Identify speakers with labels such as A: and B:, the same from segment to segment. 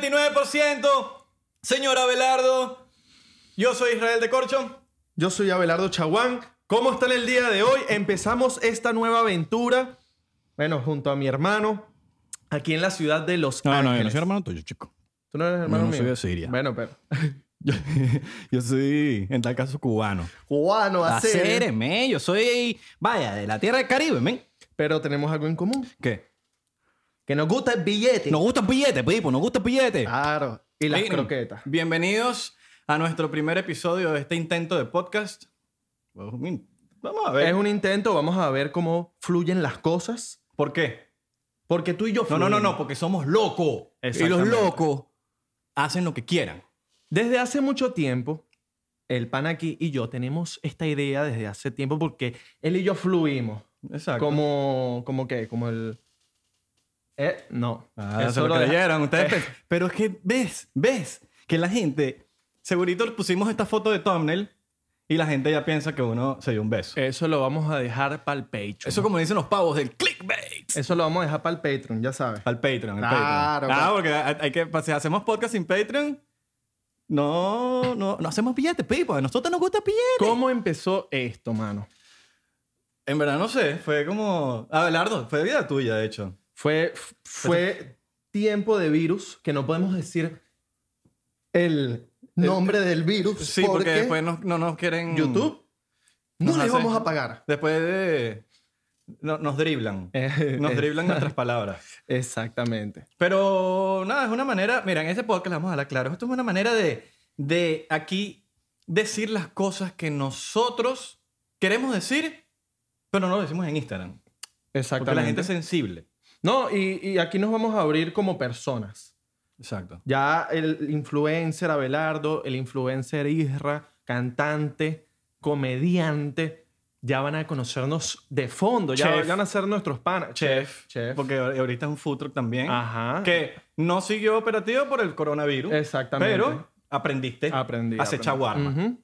A: 99%. Señor Abelardo, yo soy Israel de Corcho.
B: Yo soy Abelardo Chaguán. ¿Cómo están el día de hoy? Empezamos esta nueva aventura. Bueno, junto a mi hermano, aquí en la ciudad de Los
C: No, no,
B: Ángeles.
C: yo no soy hermano tuyo, chico.
B: ¿Tú no eres hermano
C: no
B: mío?
C: soy de Siria.
B: Bueno, pero.
C: Yo, yo soy, en tal caso, cubano.
B: Cubano, hacer.
C: Aceres, men. Yo soy, vaya, de la tierra del Caribe, men.
B: Pero tenemos algo en común.
C: ¿Qué?
B: Que nos gusta el billete.
C: Nos gusta el billete, Pipo. Nos gusta el billete.
B: Ah, Claro. Y las
C: Sí.
B: croquetas.
C: Bienvenidos a nuestro primer episodio de este intento de podcast. Vamos a ver.
B: Es un intento. Vamos a ver cómo fluyen las cosas.
C: ¿Por qué?
B: Porque tú y yo
C: No, no, no,
B: fluimos.
C: no, porque somos locos. Y los
B: Exactamente.
C: locos hacen lo que quieran.
B: Desde hace mucho tiempo, el pan aquí y yo tenemos esta idea desde hace tiempo porque él y yo fluimos.
C: Exacto.
B: Como, como que, como el... Eh, no.
C: Ah,
B: Eso
C: se lo
B: lo deja- Eh,
C: creyeron ustedes. pe- Pero es que ves, ves que la gente, segurito pusimos esta foto de thumbnail y la gente ya piensa que uno se dio un beso.
B: Eso lo vamos a dejar para el Patreon.
C: Eso
B: Eso,
C: como dicen los pavos del clickbait.
B: lo vamos a dejar para el Patreon, ya sabes.
C: Al Patreon, al
B: Claro,
C: Patreon. Ah,
B: claro.
C: porque hay- hay que, pues, si hacemos podcast sin Patreon, no, no, no hacemos billetes, pipo. A nosotros nos gusta billetes.
B: ¿Cómo empezó esto, mano?
C: En verdad no sé, fue como... Abelardo, fue vida tuya, de hecho.
B: Fue, fue tiempo de virus, que no podemos decir el nombre del virus
C: Eh, Sí, porque, después no, no nos quieren...
B: YouTube no
C: nos
B: les
C: hace-
B: vamos a pagar.
C: Después de... no- nos driblan.
B: Eh,
C: Nos
B: eh,
C: driblan nuestras palabras.
B: Exactamente.
C: Pero nada, es una manera. Mira, en ese podcast le vamos a hablar claro. Esto es una manera de, de aquí decir las cosas que nosotros queremos decir, pero no lo decimos en Instagram. Porque
B: Exactamente.
C: la gente es sensible.
B: No, y, y aquí nos vamos a abrir como personas.
C: Exacto.
B: Ya el influencer Abelardo, el influencer Isra, cantante, comediante, ya van a conocernos de fondo, ya,
C: Chef.
B: ya van a ser nuestros panas.
C: Chef.
B: Chef.
C: Porque ahor- ahorita es un food truck también.
B: Ajá.
C: Que no siguió operativo por el coronavirus.
B: Exactamente.
C: Pero aprendiste
B: Aprendí,
C: a hacer
B: aprendí.
C: chaguarma.
B: Ujú.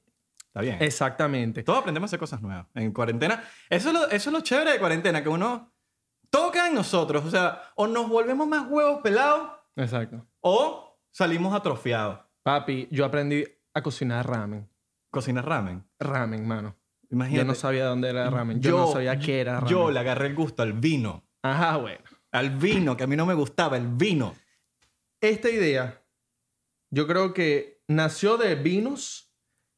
C: Está bien.
B: Exactamente.
C: Todos aprendemos a hacer cosas nuevas en cuarentena. Eso es lo, eso es lo chévere de cuarentena, que uno toca en nosotros. O sea, o nos volvemos más huevos pelados
B: Exacto.
C: o salimos atrofiados.
B: Papi, yo aprendí a cocinar ramen.
C: Cocinas ramen.
B: Ramen, mano.
C: Imagínate.
B: Yo no sabía dónde era ramen. Yo, no sabía qué era ramen.
C: Yo le agarré el gusto al vino.
B: Ajá, bueno.
C: Al vino, que a mí no me gustaba, el vino.
B: esta idea, yo creo que nació de vinos,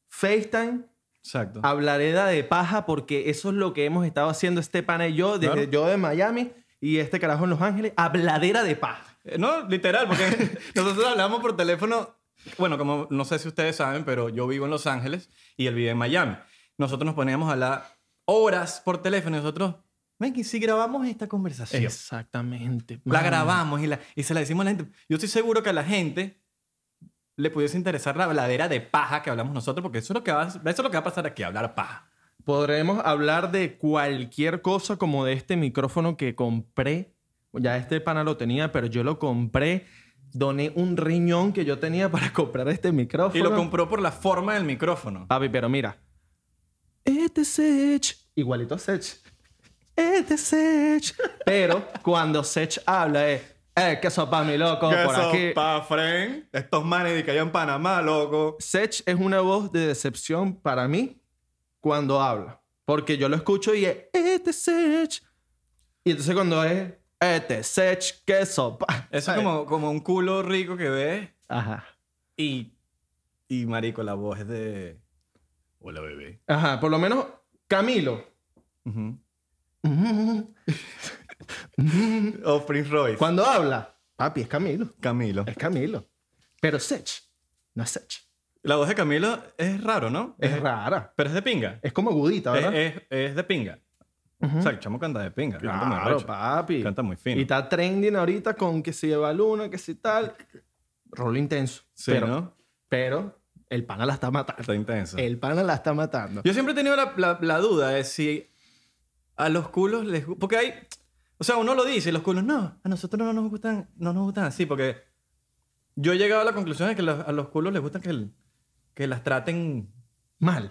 B: FaceTime,
C: Exacto.
B: hablareda de paja, porque eso es lo que hemos estado haciendo este pana y yo, desde
C: Claro.
B: yo de Miami y este carajo en Los Ángeles, habladera de paja.
C: Eh, No, literal, porque nosotros hablamos por teléfono. Bueno, como no sé si ustedes saben, pero yo vivo en Los Ángeles y él vive en Miami. Nosotros nos poníamos a hablar horas por teléfono y nosotros, ven que si grabamos esta conversación,
B: Exactamente.
C: la
B: mano.
C: grabamos y, la, y se la decimos a la gente. Yo estoy seguro que a la gente le pudiese interesar la habladera de paja que hablamos nosotros, porque eso es lo que va, a- eso es lo que va a pasar aquí, hablar paja.
B: Podremos hablar de cualquier cosa como de este micrófono que compré. Ya este pana lo tenía, pero yo lo compré. Doné un riñón que yo tenía para comprar este micrófono.
C: Y lo compró por la forma del micrófono.
B: Papi, pero mira. Este Sech. Igualito a Sech. Este Sech. Pero cuando Sech habla es. ¡Eh, qué sopa, mi loco! por aquí.
C: pa' friend. Estos manes de que allá en Panamá, loco.
B: Sech es una voz de decepción para mí cuando habla. Porque yo lo escucho y es. Este Sech. Y entonces cuando es. Este Sech, qué sopa.
C: Eso es como, como un culo rico que ves
B: Ajá.
C: y, y marico, la voz es de... Hola, bebé.
B: Ajá, por lo menos Camilo.
C: Ujú.
B: Mm.
C: O Prince Royce.
B: Cuando habla. Papi, es Camilo.
C: Camilo.
B: Es Camilo. Pero Sech no es Sech.
C: La voz de Camilo es raro, ¿no?
B: Es rara.
C: Pero es de pinga.
B: Es como agudita,
C: Es,
B: ¿verdad?
C: es- es de pinga. O sea, el chamo canta de pinga. canta muy
B: claro,
C: recho.
B: papi.
C: Canta muy fino.
B: Y está trending ahorita con que si lleva luna, que si tal. Rolo intenso.
C: Sí,
B: pero,
C: ¿no?
B: pero el pana la está matando.
C: Está intenso.
B: El pana la está matando.
C: Yo siempre he tenido la, la- la duda de si a los culos les gu- porque hay o sea, uno lo dice y los culos no, a nosotros no nos gustan, no nos gustan así porque yo he llegado a la conclusión de que los- a los culos les gusta que, el- que las traten
B: Mal.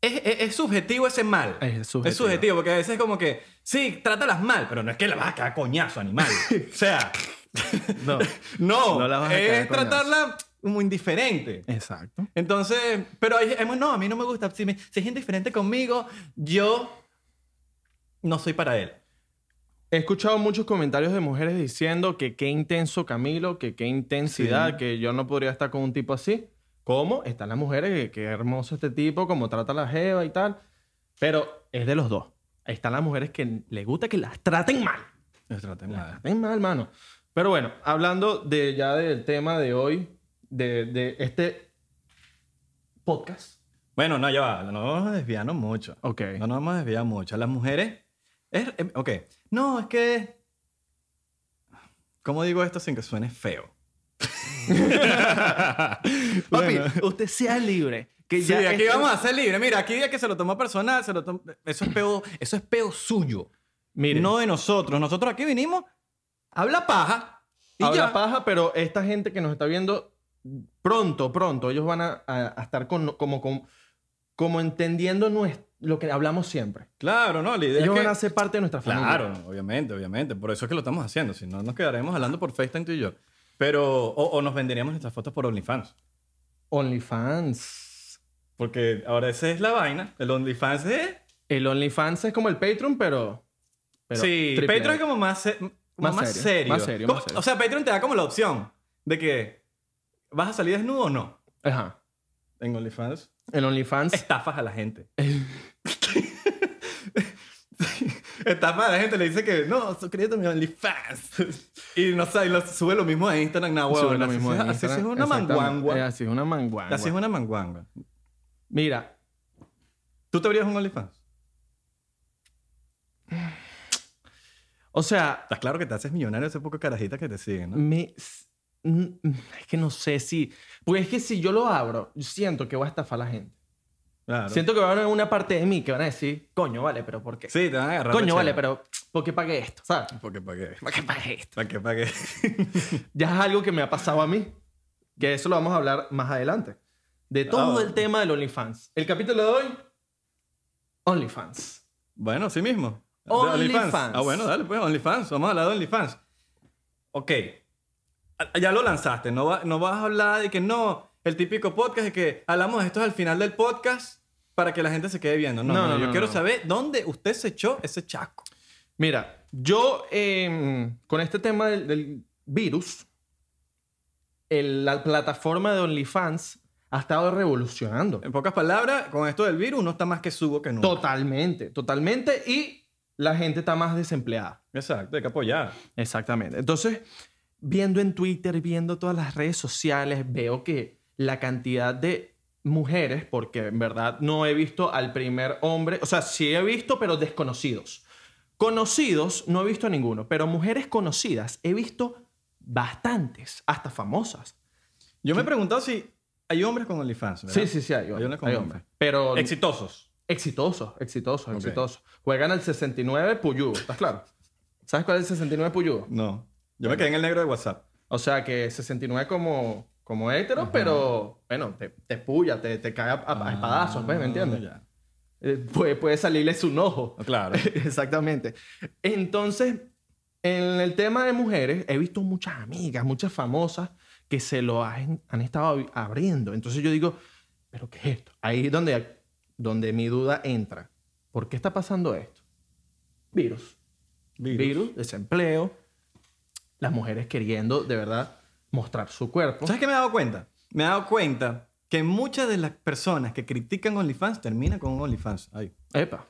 C: es, es- es subjetivo ese mal.
B: Es subjetivo.
C: porque a veces es como que, sí, trátalas mal, pero no es que las vas a cagar coñazo, animal. o sea,
B: No.
C: No,
B: No la vas a cagar
C: es
B: coñazo.
C: tratarla como indiferente.
B: Exacto.
C: Entonces, pero hay, hay- no, a mí no me gusta. Si, me- si es indiferente conmigo, yo no soy para él.
B: He escuchado muchos comentarios de mujeres diciendo que qué intenso Camilo, que qué intensidad, que yo no podría estar con un tipo así. ¿Cómo? Están las mujeres, que qué hermoso este tipo, cómo trata a la jeva y tal. Pero es de los dos. Están las mujeres que le gusta que las traten mal. Traten mal, mano. Pero bueno, hablando de ya del tema de hoy, de, de este podcast.
C: Bueno, no, ya va, no nos vamos a desviarnos mucho.
B: Ok.
C: No nos vamos a desviar mucho. Las mujeres. Es, em, ok. No, es que. ¿Cómo digo esto sin que suene feo?
B: Papi,
C: Bueno.
B: usted sea libre. Que
C: Sí,
B: ya
C: aquí
B: este-
C: vamos a ser libres. Mira, aquí es que se lo toma personal, se lo toma- Eso es peo, eso es peo suyo.
B: Miren.
C: No de nosotros. Nosotros aquí vinimos, habla paja. Y
B: Habla
C: ya.
B: paja, pero esta gente que nos está viendo, pronto, pronto, ellos van a, a- a estar con- como, como, como entendiendo nues- lo que hablamos siempre.
C: Claro, no, la idea
B: Ellos
C: es
B: van
C: que-
B: a ser parte de nuestra familia.
C: Claro, obviamente, obviamente. Por eso es que lo estamos haciendo. Si no, nos quedaremos hablando por FaceTime tú y yo. Pero, o, o nos venderíamos nuestras fotos por OnlyFans.
B: OnlyFans.
C: Porque ahora esa es la vaina. El OnlyFans es...
B: El OnlyFans es como el Patreon, pero... pero
C: sí,
B: triple
C: Patreon
B: A.
C: es como más, se- como
B: Más
C: más,
B: serio,
C: serio,
B: más serio,
C: Como-
B: más serio.
C: O sea, Patreon te da como la opción de que vas a salir desnudo o no.
B: Ajá.
C: En OnlyFans
B: El OnlyFans...
C: estafas a la gente. Estafas a la gente, le dice que no, suscríbete a mi OnlyFans. Y no sé, y lo- sube lo mismo a Instagram, nah,
B: Sube
C: huevón,
B: lo
C: así
B: mismo
C: es-
B: en
C: Así es
B: Instagram.
C: una
B: Exactamente. Eh,
C: manguangua.
B: Así es una manguangua.
C: Así es una manguangua.
B: Mira,
C: ¿Tú te abrías un OnlyFans?
B: o sea,
C: Estás Ah, claro que te haces millonario ese poco de carajitas que te siguen, ¿no?
B: Me... s- n- n- Es que no sé si... Pues es que si yo lo abro, siento que voy a estafar a la gente.
C: Claro.
B: Siento que va a haber una parte de mí que van a decir, coño, vale, pero ¿por qué?
C: Sí, te van a agarrar.
B: coño,
C: la
B: vale,
C: chela.
B: pero ¿por qué pagué esto? ¿Sabes?
C: Porque para qué.
B: ¿Por qué pagué esto?
C: Para qué, para qué.
B: Ya es algo que me ha pasado a mí. Que eso lo vamos a hablar más adelante. De todo
C: Ah.
B: el tema del OnlyFans. El capítulo de hoy, OnlyFans.
C: Bueno, sí mismo. De
B: OnlyFans.
C: Ah, bueno, dale, pues, OnlyFans. Vamos a hablar de OnlyFans. Ok. Ah, Ya lo lanzaste. No, va- no vas a hablar de que no, el típico podcast de que hablamos de esto al final del podcast para que la gente se quede viendo. No,
B: No,
C: no,
B: no,
C: yo
B: no,
C: quiero
B: no.
C: saber dónde usted se echó ese chasco.
B: Mira, yo eh, con este tema del, del virus, el- la plataforma de OnlyFans ha estado revolucionando.
C: En pocas palabras, con esto del virus, uno está más que subo que nunca.
B: Totalmente, totalmente. Y la gente está más desempleada.
C: Exacto, hay que apoyar.
B: Exactamente. Entonces, viendo en Twitter, viendo todas las redes sociales, veo que la cantidad de mujeres, porque en verdad no he visto al primer hombre, o sea, sí he visto, pero desconocidos. Conocidos no he visto a ninguno, pero mujeres conocidas he visto bastantes, hasta famosas.
C: Yo me he preguntado si hay hombres con OnlyFans. ¿verdad?
B: Sí, sí, sí, hay
C: Hay una
B: hombres.
C: con
B: hay
C: hombre.
B: hombres. Pero
C: Exitosos.
B: exitosos, exitosos,
C: Ok.
B: exitosos. Juegan al 69 Puyú, ¿estás claro? ¿Sabes cuál es el 69 Puyú?
C: No. Yo me quedé en el negro de WhatsApp.
B: O sea que 69 como, como hétero, pero bueno, te, te puya, te, te cae a, a- a espadazos, pues, ¿me entiendes?
C: Ah, Ya.
B: Eh, puede, puede salirles un ojo.
C: Ah, Claro.
B: Exactamente. Entonces, en el tema de mujeres, he visto muchas amigas, muchas famosas que se lo han, han estado abri- abriendo. Entonces yo digo, ¿pero qué es esto? Ahí es donde, donde mi duda entra. ¿Por qué está pasando esto? Virus. Virus, desempleo, las mujeres queriendo de verdad mostrar su cuerpo.
C: ¿Sabes qué me he dado cuenta? Me he dado cuenta que muchas de las personas que critican OnlyFans terminan con OnlyFans. Ay,
B: Epa,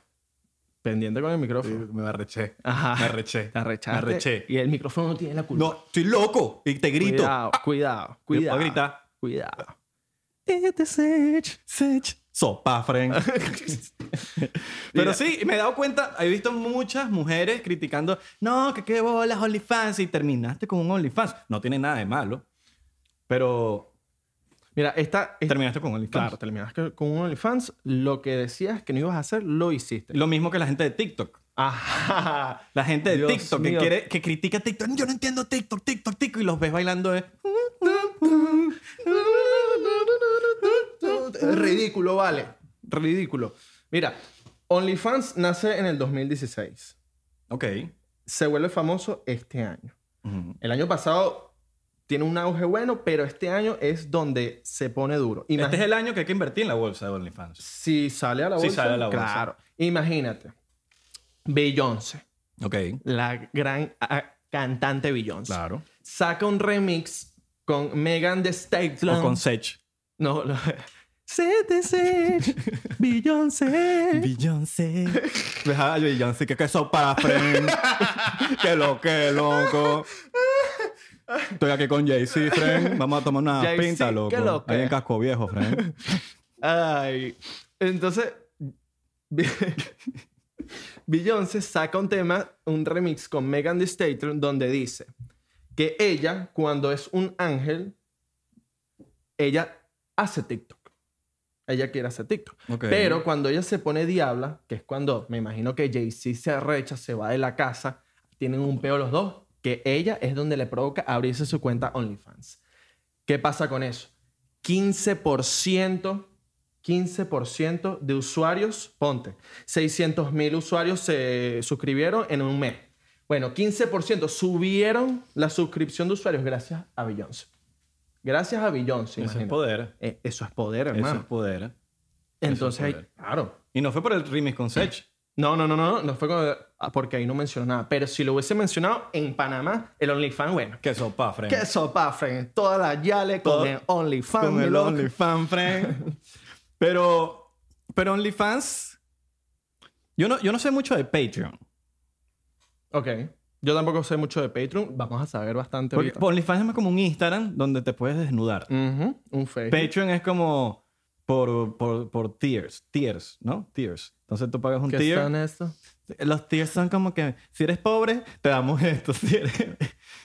B: pendiente con el micrófono.
C: me arreché.
B: Ajá.
C: Me arreché.
B: Te arrechaste.
C: Me arreché.
B: Y el micrófono no tiene la culpa.
C: No, estoy loco y te grito.
B: Cuidado, cuidado,
C: puedo
B: cuidado.
C: gritar.
B: Cuidado. Este Sech.
C: Sech, Sopa, friend.
B: Mira.
C: Pero sí, me he dado cuenta, he visto muchas mujeres criticando, no, que qué bolas OnlyFans y terminaste con un OnlyFans. No tiene nada de malo, pero
B: Mira, esta. esta-
C: terminaste con OnlyFans.
B: claro, terminas que- con un OnlyFans. Lo que decías que no ibas a hacer, lo hiciste.
C: Lo mismo que la gente de TikTok.
B: Ajá.
C: La gente de
B: Dios
C: TikTok
B: mío.
C: que quiere, que critica TikTok. Yo no entiendo TikTok, TikTok, TikTok. Y los ves bailando de...
B: Ridículo, vale. Ridículo. Mira, OnlyFans nace en el 2016.
C: Ok.
B: Se vuelve famoso este año. El año pasado tiene un auge bueno, pero este año es donde se pone duro.
C: Este es
B: Imagínate
C: el año que hay que invertir en la bolsa de OnlyFans.
B: si sale a la
C: Si
B: bolsa.
C: sale a la bolsa.
B: Claro. Imagínate. Beyoncé,
C: Ok.
B: la gran ah, cantante Beyoncé.
C: Claro.
B: Saca un remix con Megan Thee Stallion.
C: O con Sech.
B: No, no. CTC, Beyoncé.
C: Beyoncé. Deja a Beyoncé que queso para friend. que lo que loco. Estoy aquí con Jay-Z, friend. Vamos a tomar una
B: Jay-Z,
C: pinta,
B: qué
C: loco.
B: lo que.
C: Ahí en casco viejo, friend.
B: Ay. Entonces, Be- Beyoncé saca un tema, un remix con Megan Thee Stallion donde dice que ella, cuando es un ángel, ella hace TikTok. Ella quiere hacer TikTok.
C: Ok.
B: Pero cuando ella se pone diabla, que es cuando me imagino que Jay-Z se arrecha, se va de la casa, tienen un peo los dos, que ella es donde le provoca abrirse su cuenta OnlyFans. ¿Qué pasa con eso? 15%, 15% de usuarios, ponte, 600 mil usuarios se suscribieron en un mes. Bueno, 15% subieron la suscripción de usuarios gracias a Beyoncé. Gracias a
C: Eso
B: Beyoncé,
C: es
B: imagínate.
C: poder.
B: Eh, Eso es poder,
C: Eso es
B: hermano.
C: poder.
B: Entonces,
C: poder.
B: claro,
C: Y no fue por el remix con Sech.
B: no, no, no, no, no fue con- ah, porque ahí no mencionó nada. Pero si lo hubiese mencionado en Panamá, el OnlyFans, bueno.
C: Que sopa, friend.
B: Qué sopa, friend. Todas las yales con
C: Todo-
B: el OnlyFans.
C: con el
B: loco.
C: OnlyFans, friend. pero, pero OnlyFans. Yo no, yo no sé mucho de Patreon.
B: Ok. Yo tampoco sé mucho de Patreon. Vamos a saber bastante
C: Porque
B: ahorita.
C: OnlyFans es más como un Instagram donde te puedes desnudar.
B: Ujú, Un Facebook.
C: Patreon es como por, por, por tiers, tiers, ¿no? Tiers. Entonces tú pagas un
B: ¿Qué
C: tier.
B: son estos?
C: Los tiers son como que si eres pobre, te damos esto. Si, eres-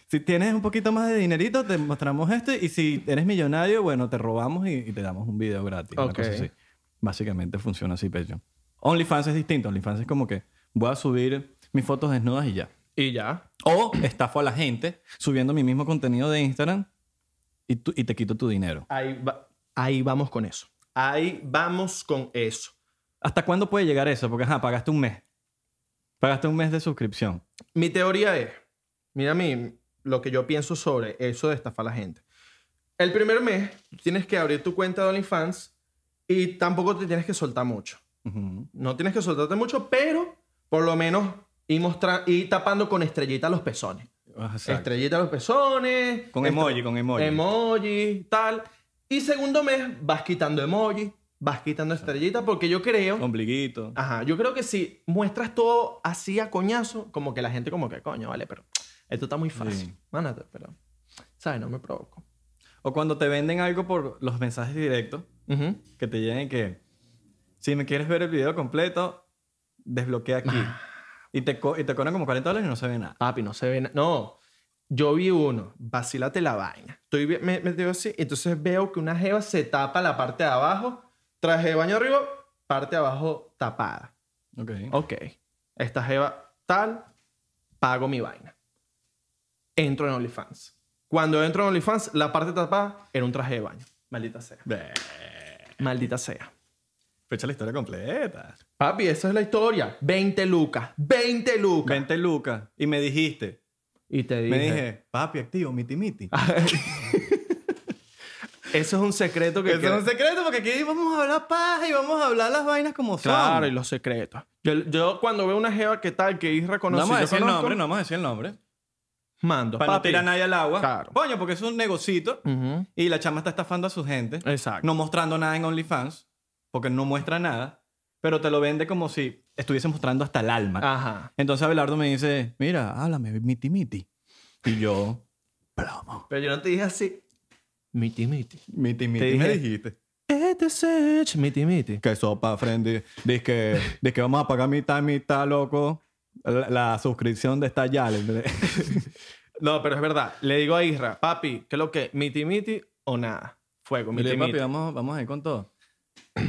C: si tienes un poquito más de dinerito, te mostramos esto. Y si eres millonario, bueno, te robamos y, y te damos un video gratis. una
B: Ok.
C: cosa así. Básicamente funciona así, Patreon. OnlyFans es distinto. OnlyFans es como que voy a subir mis fotos desnudas y ya.
B: Y ya.
C: O estafo a la gente subiendo mi mismo contenido de Instagram y, tú- y te quito tu dinero.
B: Ahí, va- ahí vamos con eso. Ahí vamos con eso.
C: ¿Hasta cuándo puede llegar eso? Porque, ajá, pagaste un mes. Pagaste un mes de suscripción.
B: Mi teoría es, mira a mí, lo que yo pienso sobre eso de estafar a la gente. El primer mes tienes que abrir tu cuenta de OnlyFans y tampoco te tienes que soltar mucho.
C: Ujú.
B: No tienes que soltarte mucho, pero por lo menos ir, mostra- ir tapando con estrellita los pezones.
C: Exacto.
B: Estrellita los pezones.
C: Con
B: estre-
C: emoji, con emoji.
B: em- Emoji, tal. Y segundo mes vas quitando emoji, vas quitando estrellita porque yo creo...
C: Ombliguito.
B: Ajá, yo creo que si muestras todo así a coñazo, como que la gente como que, coño, vale, pero esto está muy fácil.
C: Sí.
B: Mándate, pero, ¿sabes? No me provoco.
C: O cuando te venden algo por los mensajes directos
B: Ujú.
C: que te llegan y que si me quieres ver el video completo, desbloquea aquí.
B: Ah.
C: y, te co- y te cobran como 40 dólares y no se ve nada.
B: Papi, no se ve nada. No, yo vi uno, vacílate la vaina. Estoy vi- me- metido así, entonces veo que una jeva se tapa la parte de abajo, traje de baño arriba, parte de abajo tapada.
C: Ok.
B: Ok, esta jeva tal, pago mi vaina. Entro en OnlyFans. Cuando entro en OnlyFans, la parte tapada era un traje de baño. Maldita sea. Maldita sea.
C: Fecha la historia completa.
B: Papi, esa es la historia. 20 lucas. 20 lucas.
C: 20 lucas. Y me dijiste.
B: Y te dije, Ah,
C: Me dije, papi, activo, miti miti.
B: Eso es un secreto que...
C: Eso
B: queda-
C: es un secreto porque aquí vamos a hablar paja y vamos a hablar las vainas como son.
B: Claro, y los secretos. Yo, yo cuando veo una jeva que tal, que es
C: No
B: reconocida...
C: vamos a decir el
B: conozco,
C: nombre, no vamos a decir el nombre.
B: Mando.
C: Para no
B: papi.
C: tirar a nadie al agua.
B: Claro.
C: Coño, porque es un negocito
B: Ujú.
C: y la chama está estafando a su gente.
B: Exacto.
C: No mostrando nada en OnlyFans, porque no muestra nada, pero te lo vende como si estuviese mostrando hasta el alma.
B: Ajá.
C: Entonces Abelardo me dice, mira, háblame, miti miti. Y yo, plomo.
B: Pero yo no te dije así. Miti, miti.
C: Miti miti.
B: Te
C: me
B: dije-
C: dijiste.
B: Este sech, miti, miti.
C: Que sopa, friend. Dice que, dice que vamos a pagar mitad, mitad, loco. La, la suscripción de esta Yale.
B: No, pero es verdad. Le digo a Isra, papi, ¿qué es lo que? ¿Miti, miti o nada? Fuego,
C: Mire,
B: miti,
C: papi,
B: miti.
C: vamos, vamos a ir con todo.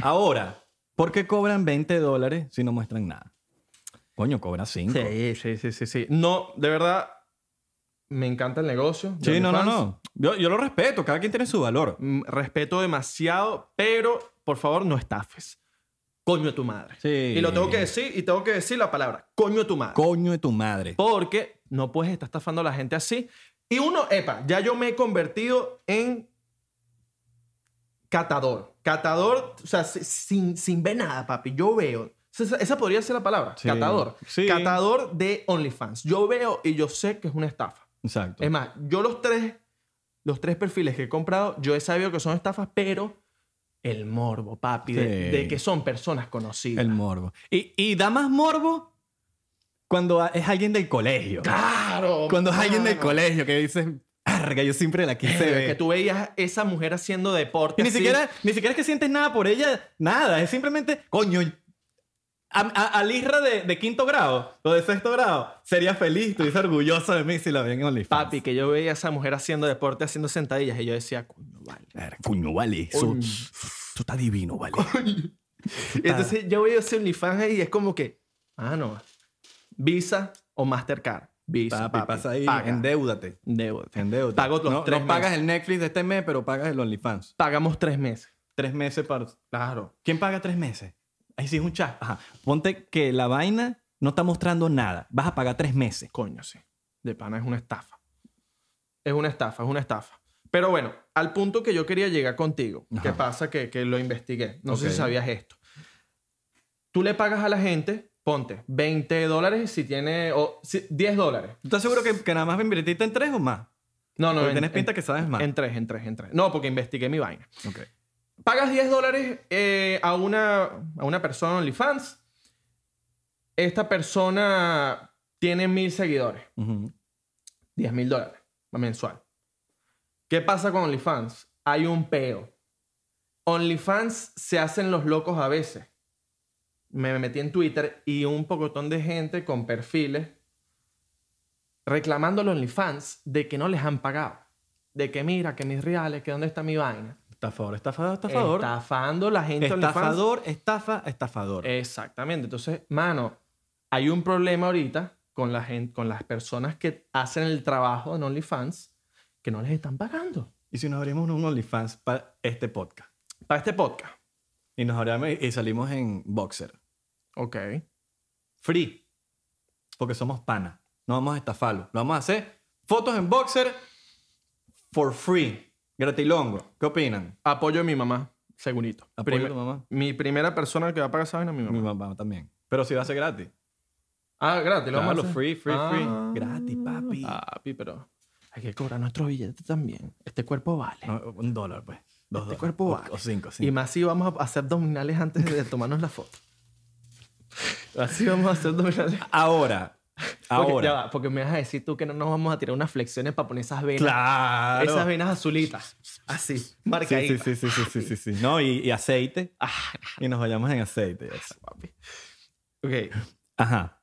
C: Ahora, ¿por qué cobran 20 dólares si no muestran nada? Coño, cobra 5.
B: Sí, sí, sí, sí, sí. No, de verdad, me encanta el negocio. de
C: Sí, no, no,
B: OnlyFans.
C: no. Yo, yo lo respeto, cada quien tiene su valor.
B: Mm, Respeto demasiado, pero por favor no estafes. Coño de tu madre.
C: Sí.
B: Y lo tengo que decir y tengo que decir la palabra. Coño de tu madre.
C: Coño de tu madre.
B: Porque no puedes estar estafando a la gente así. Y uno, epa, ya yo me he convertido en catador. Catador, o sea, si- sin, sin ver nada, papi. Yo veo. Esa, esa podría ser la palabra.
C: Sí.
B: Catador.
C: Sí.
B: Catador de OnlyFans. Yo veo y yo sé que es una estafa.
C: Exacto.
B: Es más, yo los tres, los tres perfiles que he comprado, yo he sabido que son estafas, pero el morbo, papi, de,
C: Sí.
B: de que son personas conocidas.
C: El morbo. Y, y da más morbo cuando a- es alguien del colegio.
B: Claro.
C: Cuando es alguien del
B: mano.
C: colegio que dices, arga, yo siempre la quise
B: Verga, Que
C: ver.
B: tú veías esa mujer haciendo
C: Y
B: deporte.
C: ni
B: así.
C: siquiera, ni siquiera es que sientes nada por ella, nada. Es simplemente, coño, a, a- al Isra de, de quinto grado o de sexto grado sería feliz, estuviese orgulloso de mí si la ven en OnlyFans.
B: Papi, que yo veía a esa mujer haciendo deporte, haciendo sentadillas, y yo decía, coño, vale.
C: Verga, Coño, vale, eso,
B: Coño.
C: eso está divino, vale.
B: Entonces yo veo ese OnlyFans ahí y es como que, ah, no. Visa o Mastercard. Visa.
C: Papi, pasa ahí,
B: paga.
C: endeúdate,
B: Deuda.
C: endeúdate.
B: Pago los
C: no,
B: tres
C: no pagas
B: meses.
C: el Netflix de este mes, pero pagas el OnlyFans.
B: Pagamos tres meses.
C: Tres meses para...
B: Claro.
C: ¿Quién paga tres meses? Ahí sí es un chat. Ajá. Ponte que la vaina no está mostrando nada. Vas a pagar tres meses.
B: Coño, sí. De pana es una estafa. Es una estafa, es una estafa. Pero bueno, al punto que yo quería llegar contigo, que
C: Ajá.
B: pasa que, que lo investigué. No sé
C: Ok.
B: si sabías esto. Tú le pagas a la gente, ponte, 20 dólares si tiene, o si- 10 dólares.
C: ¿Tú estás seguro que, que nada más invertiste en tres o más?
B: No, no,
C: Porque
B: en-
C: tienes
B: en-
C: pinta que sabes más.
B: En 3, en 3, en 3. No, porque investigué mi vaina.
C: Ok.
B: Pagas 10 dólares eh, a, una, a una persona en OnlyFans. Esta persona tiene mil seguidores.
C: Ujú.
B: 10 mil dólares mensual. ¿Qué pasa con OnlyFans? Hay un peo. OnlyFans se hacen los locos a veces. Me metí en Twitter y un pocotón de gente con perfiles reclamando a los OnlyFans de que no les han pagado. De que mira, que mis reales, que dónde está mi vaina.
C: Estafador, estafador, estafador.
B: Estafando la gente OnlyFans. Eh.
C: Estafador, estafa, estafador.
B: Exactamente. Entonces, mano, hay un problema ahorita con, la gente, con las personas que hacen el trabajo en OnlyFans que no les están pagando
C: ¿Y si nos abrimos un OnlyFans para este podcast?
B: para este podcast.
C: Y nos abrimos y salimos en Boxer.
B: Ok.
C: Free. Porque somos pana. No vamos a estafarlo. Lo vamos a hacer fotos en Boxer for free. Gratilongo. ¿Qué opinan?
B: Apoyo a mi mamá, segurito.
C: Apoyo a
B: Prime-
C: tu mamá. Mm.
B: Mi primera persona que va a pagar esa vaina es mi
C: Mi
B: mamá.
C: mamá también. Pero si va a ser gratis.
B: Ah, gratis. Lo
C: Claro,
B: vamos a hacer.
C: free, free,
B: Ah,
C: free. Gratis, papi.
B: Papi, pero hay que cobrar nuestro billete también. Este cuerpo vale.
C: No, un dólar, pues. Dos
B: Este
C: dólares.
B: cuerpo
C: O-
B: vale.
C: O cinco,
B: Y
C: sí.
B: más si vamos a hacer abdominales antes de tomarnos la foto. Así vamos a hacer abdominales.
C: Ahora.
B: Porque,
C: Ahora.
B: ya va, porque me vas a decir tú que no nos vamos a tirar unas flexiones para poner esas venas.
C: Claro.
B: Esas venas azulitas. Así,
C: sí,
B: marcaditas.
C: sí, sí, sí, sí, sí, sí. No, y, y aceite.
B: Ah,
C: Y nos vayamos en aceite. eso.
B: papi. Ok.
C: Ajá.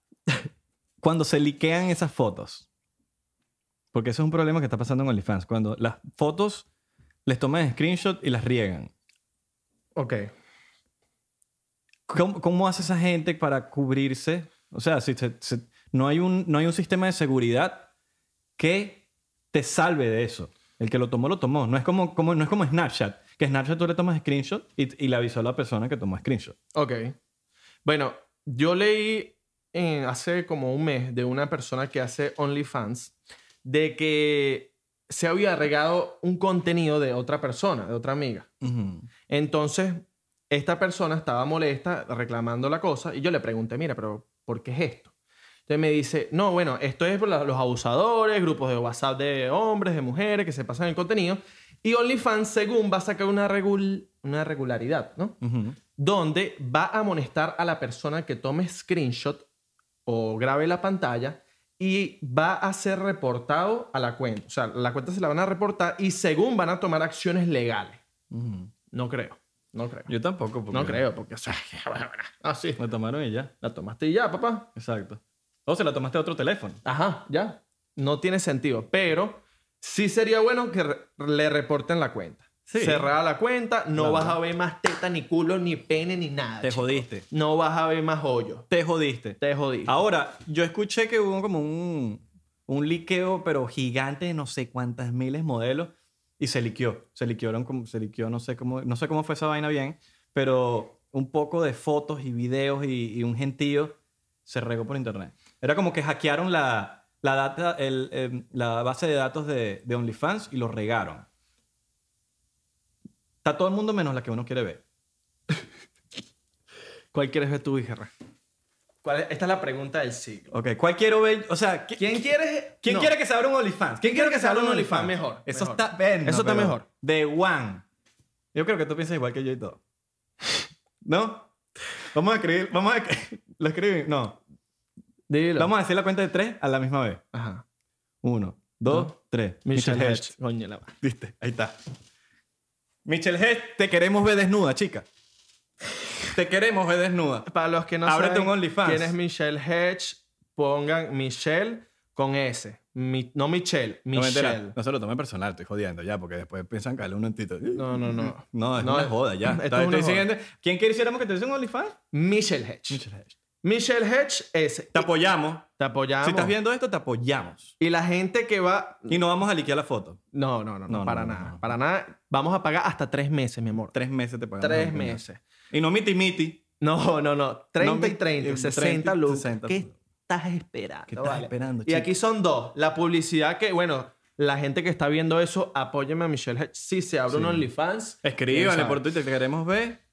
C: Cuando se liquean esas fotos. Porque eso es un problema que está pasando en OnlyFans. Cuando las fotos les toman screenshot y las riegan.
B: Ok.
C: ¿Cómo, cómo hace esa gente para cubrirse? O sea, si se- se- no, hay un, no hay un sistema de seguridad que te salve de eso. El que lo tomó, lo tomó. No es como, como- no es como Snapchat. Que Snapchat tú le tomas screenshot y, y le avisó a la persona que tomó screenshot.
B: Ok. Bueno, yo leí eh, hace como un mes de una persona que hace OnlyFans de que se había regado un contenido de otra persona, de otra amiga. Entonces, esta persona estaba molesta, reclamando la cosa, y yo le pregunté, mira, pero ¿por qué es esto? Entonces me dice, no, bueno, esto es por la- los abusadores, grupos de WhatsApp de hombres, de mujeres, que se pasan el contenido, y OnlyFans, según, va a sacar una, regul- una regularidad, ¿no?
C: Ujú.
B: Donde va a amonestar a la persona que tome screenshot o grabe la pantalla y va a ser reportado a la cuenta. O sea, la cuenta se la van a reportar y según van a tomar acciones legales.
C: Ujú.
B: No creo, no creo.
C: Yo tampoco. porque
B: No creo, porque, o sea, bueno, ah, sí.
C: La tomaron y ya.
B: La tomaste y ya, papá.
C: Exacto. O se la tomaste a otro teléfono.
B: Ajá, ya. No tiene sentido, pero sí sería bueno que re- le reporten la cuenta.
C: Sí.
B: Cerrada la cuenta, no
C: Claro.
B: vas a ver más teta, ni culo, ni pene, ni nada.
C: Te
B: chico.
C: jodiste.
B: No vas a ver más hoyo.
C: Te jodiste.
B: Te jodí.
C: Ahora, yo escuché que hubo como un, un liqueo, pero gigante de no sé cuántas miles modelos y se liqueó. Se liquearon como, se liqueó, no sé cómo, no sé cómo fue esa vaina bien, pero un poco de fotos y videos y, y un gentío se regó por internet. Era como que hackearon la, la, data, el, em, la base de datos de, de OnlyFans y lo regaron. Está todo el mundo menos la que uno quiere ver.
B: ¿Cuál quieres ver tu hija? ¿Cuál es- Esta es la pregunta del siglo.
C: Ok, ¿cuál quiero ver? O sea, ¿qui-
B: ¿Quién quieres?
C: ¿quién
B: no.
C: quiere que se abra un OnlyFans? ¿Quién quiere que se abra un OnlyFans?
B: Mejor,
C: Eso
B: mejor.
C: está, verga,
B: Eso está
C: pero-
B: mejor.
C: De One. Yo creo que tú piensas igual que yo y todo. ¿No? Vamos a escribir, vamos a... Lo escribimos, no.
B: Dilo.
C: Vamos a decir la cuenta de tres a la misma vez.
B: Ajá.
C: Uno, dos, tres.
B: Michelle
C: Michelle
B: Hedge. Coño, la-
C: Hedge. ¿Viste? Ahí está. Michelle Hedge, te queremos ver desnuda, chica. Te queremos ver desnuda.
B: Para los que no
C: Ábrete
B: saben
C: un OnlyFans.
B: quién es Michelle Hedge, pongan Michelle con S. Mi- no Michelle,
C: No me entera.
B: Michelle.
C: No se lo tome personal, estoy jodiendo ya, porque después piensan que al uno en Tito.
B: No, no, no.
C: No, es
B: No,
C: una joda ya.
B: esto
C: Está-
B: es una
C: estoy
B: joda.
C: siguiendo- ¿Quién quisiéramos que te hiciera un OnlyFans?
B: Michelle Hedge.
C: Michelle Hedge.
B: Michelle Hedge S.
C: Te apoyamos.
B: Te apoyamos.
C: Si estás viendo esto, te apoyamos.
B: Y la gente que va...
C: Y no vamos a liquear la foto.
B: No, no, no, no,
C: No, no,
B: para
C: no,
B: nada.
C: no.
B: Para nada. Vamos a pagar hasta tres meses, mi amor.
C: Tres meses te pagamos.
B: Tres
C: el coñazo.
B: meses.
C: Y no miti miti.
B: No, no, no. 30 y
C: mi-
B: 30,
C: eh,
B: 60
C: 30,
B: lucas.
C: 60.
B: ¿Qué estás esperando?
C: ¿Qué estás
B: vale?
C: esperando,
B: Y
C: chico?
B: aquí son dos. La publicidad que, bueno, la gente que está viendo eso, apóyeme a Michelle Hedge. Si se abre un OnlyFans.
C: Escríbanle
B: Exacto.
C: por Twitter que queremos ver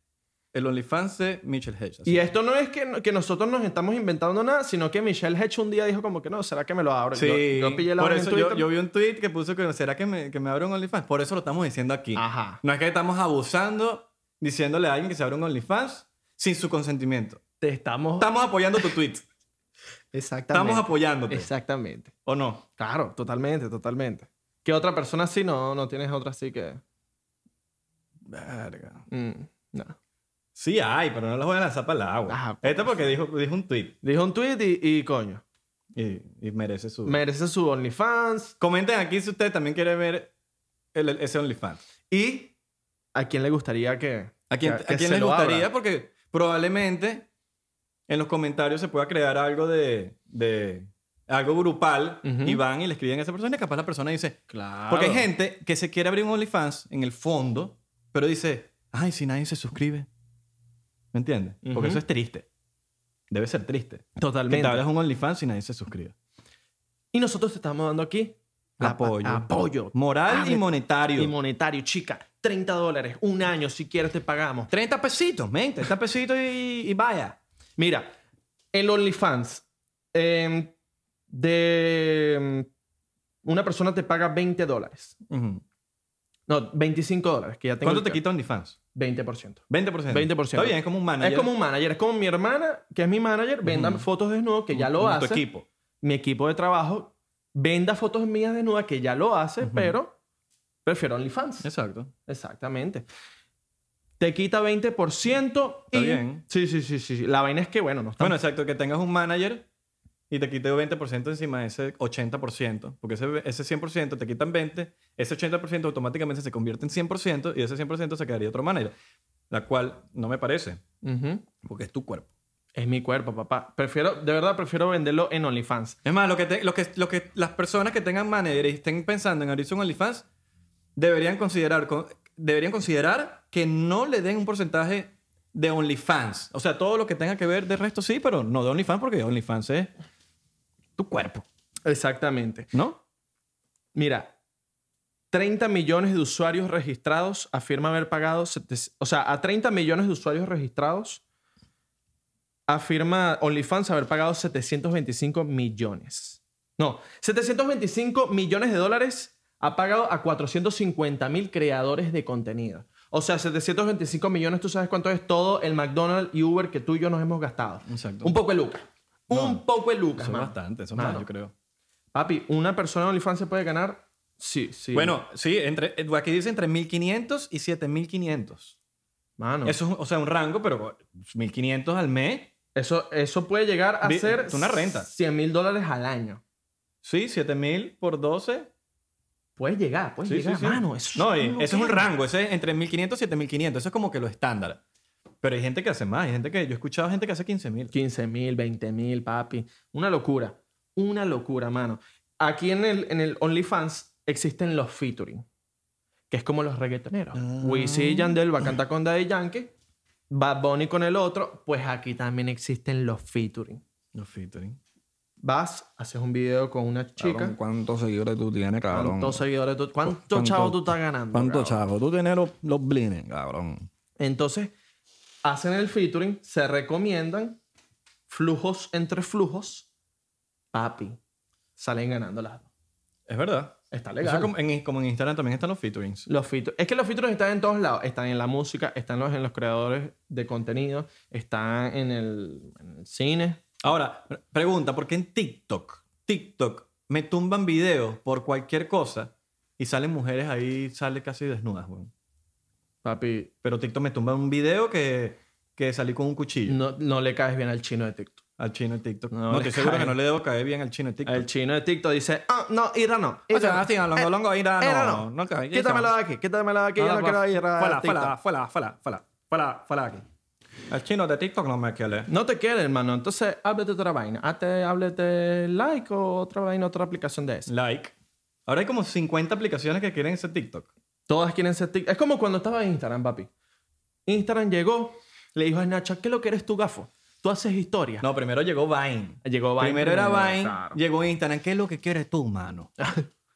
C: el OnlyFans de Mitchell Hedge. Así.
B: Y esto no es que, que nosotros nos estamos inventando nada, sino que Michelle Hedge un día dijo como que no, ¿será que me lo abro?
C: Sí.
B: Yo, yo pillé la
C: Por
B: vaina en
C: eso yo,
B: Twitter.
C: yo vi un tweet que puso que ¿será que me, que me abra un OnlyFans? Por eso lo estamos diciendo aquí.
B: Ajá.
C: No es que estamos abusando diciéndole a alguien que se abra un OnlyFans sin su consentimiento.
B: Te estamos...
C: Estamos apoyando tu tweet.
B: Exactamente.
C: Estamos apoyándote.
B: Exactamente.
C: ¿O no?
B: Claro, totalmente, totalmente. ¿Qué otra persona sí? No, no tienes otra así que...
C: Verga.
B: mm, no.
C: Sí hay, pero no las voy a lanzar para el agua.
B: Ajá.
C: Esto porque dijo, dijo un tweet
B: Dijo un tweet y, y coño,
C: y, y merece su...
B: merece su OnlyFans,
C: Comenten aquí si ustedes también quieren ver el- el- ese OnlyFans.
B: ¿Y a quién le gustaría que.?
C: ¿A quién,
B: que- que
C: a quién
B: se
C: les
B: lo abra?
C: gustaría? Porque probablemente en los comentarios se pueda crear algo de... de- algo grupal
B: Ujú.
C: y van y le escriben a esa persona y capaz la persona dice...
B: Claro.
C: Porque hay gente que se quiere abrir un OnlyFans en el fondo, pero dice, ay, si nadie se suscribe. ¿Me entiendes?
B: Ujú.
C: Porque eso es triste. Debe ser triste. Que te
B: Totalmente.
C: abras un OnlyFans si nadie se suscribe.
B: Y nosotros te estamos dando aquí. la-
C: Apoyo.
B: apoyo.
C: Moral y
B: Ábrete.
C: monetario.
B: Y monetario, chica. 30 dólares. Un año, si quieres, te pagamos.
C: 30 pesitos, men, 30 pesitos y, y vaya.
B: Mira, el OnlyFans. eh, de. mm, Una persona te paga 20 dólares. No, 25 dólares, que ya tengo.
C: ¿Cuánto
B: el
C: te
B: cal-
C: quita OnlyFans?
B: 20%.
C: 20%.
B: 20%.
C: Está bien, es como un manager.
B: Es como un manager. Es como mi hermana, que es mi manager, venda fotos desnudo, que ya lo
C: Como
B: hace.
C: tu equipo.
B: mi equipo de trabajo venda fotos mías desnudas, que ya lo hace, pero prefiero OnlyFans.
C: Exacto.
B: Exactamente. Te quita 20% y...
C: Está bien.
B: Sí, sí, sí, sí. sí. La vaina es que, bueno, no está...
C: Bueno, exacto, que tengas un manager y te quite 20% encima de ese 80%, porque ese, ese 100% te quitan 20, ese 80% automáticamente se convierte en 100% y ese 100% se quedaría otro manager, la cual no me parece,
B: Ujú.
C: porque es tu cuerpo.
B: Es mi cuerpo, papá. Prefiero, de verdad, prefiero venderlo en OnlyFans.
C: Es más, lo que, te- lo que, lo que las personas que tengan manager y estén pensando en abrirse un OnlyFans deberían considerar, con- deberían considerar que no le den un porcentaje de OnlyFans. O sea, todo lo que tenga que ver de resto sí, pero no de OnlyFans porque OnlyFans es tu cuerpo,
B: Exactamente.
C: ¿no?
B: Mira, 30 millones de usuarios registrados afirma haber pagado, sete- o sea, a 30 millones de usuarios registrados afirma OnlyFans haber pagado 725 millones. No, 725 millones de dólares ha pagado a 450 mil creadores de contenido. O sea, 725 millones, tú sabes cuánto es todo el McDonald's y Uber que tú y yo nos hemos gastado.
C: Exacto.
B: Un poco de lucas. Un poco de lucas,
C: Son
B: mano.
C: bastante, son
B: Mano.
C: más, yo creo.
B: Papi, una persona de OnlyFans se puede ganar. Sí, sí.
C: Bueno, sí, entre, eh, aquí dice entre 1500 y 7500.
B: Mano, eso,
C: Eso es, o sea, un rango, pero 1500 al mes.
B: eso, puede llegar a
C: Vi-
B: ser
C: es una renta.
B: 100 mil dólares al año.
C: Sí, 7000 por 12.
B: Puede llegar, puede
C: Sí,
B: llegar,
C: sí, sí.
B: mano. Eso
C: No,
B: es
C: y
B: una
C: eso es un
B: locura.
C: rango, ese es entre 1500 y 7500, eso es como que lo estándar. Pero hay gente que hace más, hay gente que yo he escuchado gente que hace 15000.
B: 15 mil, 20 mil, papi. Una locura. Una locura, mano. Aquí en el, en el OnlyFans existen los featuring, que es como los reggaetoneros.
C: Ah.
B: Wisin y Yandel va a cantar con Daddy Yankee, Bad Bunny con el otro. Pues aquí también existen los featuring.
C: Los featuring.
B: Vas, haces un video con una
D: Cabrón,
B: chica.
D: ¿Cuántos seguidores tú tienes, cabrón?
B: ¿Cuántos seguidores tú? ¿Cuántos
D: ¿Cuánto-
B: chavos tú estás ganando?
D: ¿Cuántos
B: cabrón?
D: chavos? Tú tienes los, los blines, cabrón.
B: Entonces, hacen el featuring, se recomiendan flujos entre flujos. Papi, salen ganando las dos.
C: Es verdad.
B: Está
C: Eso
B: legal.
C: como, en, como en Instagram también están los featurings.
B: Los features. Es que los features están en todos lados. Están en la música, están los, en los creadores de contenido, están en el, en el cine.
C: Ahora, pre- pregunta, ¿por qué en TikTok? TikTok me tumban videos por cualquier cosa y salen mujeres ahí, sale casi desnudas, weón.
B: Papi,
C: Pero TikTok me tumba un video que, que salí con un cuchillo
B: no, no le caes bien al chino de TikTok.
C: al chino de TikTok.
B: No,
C: No,
B: le
C: estoy seguro
B: cae.
C: que no le debo caer bien al chino de TikTok.
B: El chino de TikTok dice, ah, no, Ira no.
C: O
B: Ira
C: sea,
B: no.
C: así, a longo,
B: Eh,
C: longo, ira,
B: Ira
C: no, no, que-
B: Quítamelo de aquí, quítamelo de aquí. yo no
C: pa-
B: quiero ir a
C: fuera,
B: TikTok.
C: fuera, fuera, fuera, fuera, fuera, fuera de aquí. El chino de TikTok no me quiere.
B: No te quiere, hermano. Entonces, háblete otra vaina. Hazte, háblete like o otra vaina, otra aplicación de esa.
C: Like. Ahora hay como 50 aplicaciones que quieren ese TikTok.
B: Todas quieren ser TikTok. Es como cuando estaba en Instagram, papi. Instagram llegó, le dijo a Snapchat, ¿qué es lo que eres tú, gafo? Tú haces historia.
C: No, primero llegó Vine.
B: Llegó Vine.
C: Primero era
B: primero,
C: Vine,
B: claro.
C: llegó Instagram. ¿Qué es lo que quieres tú, mano?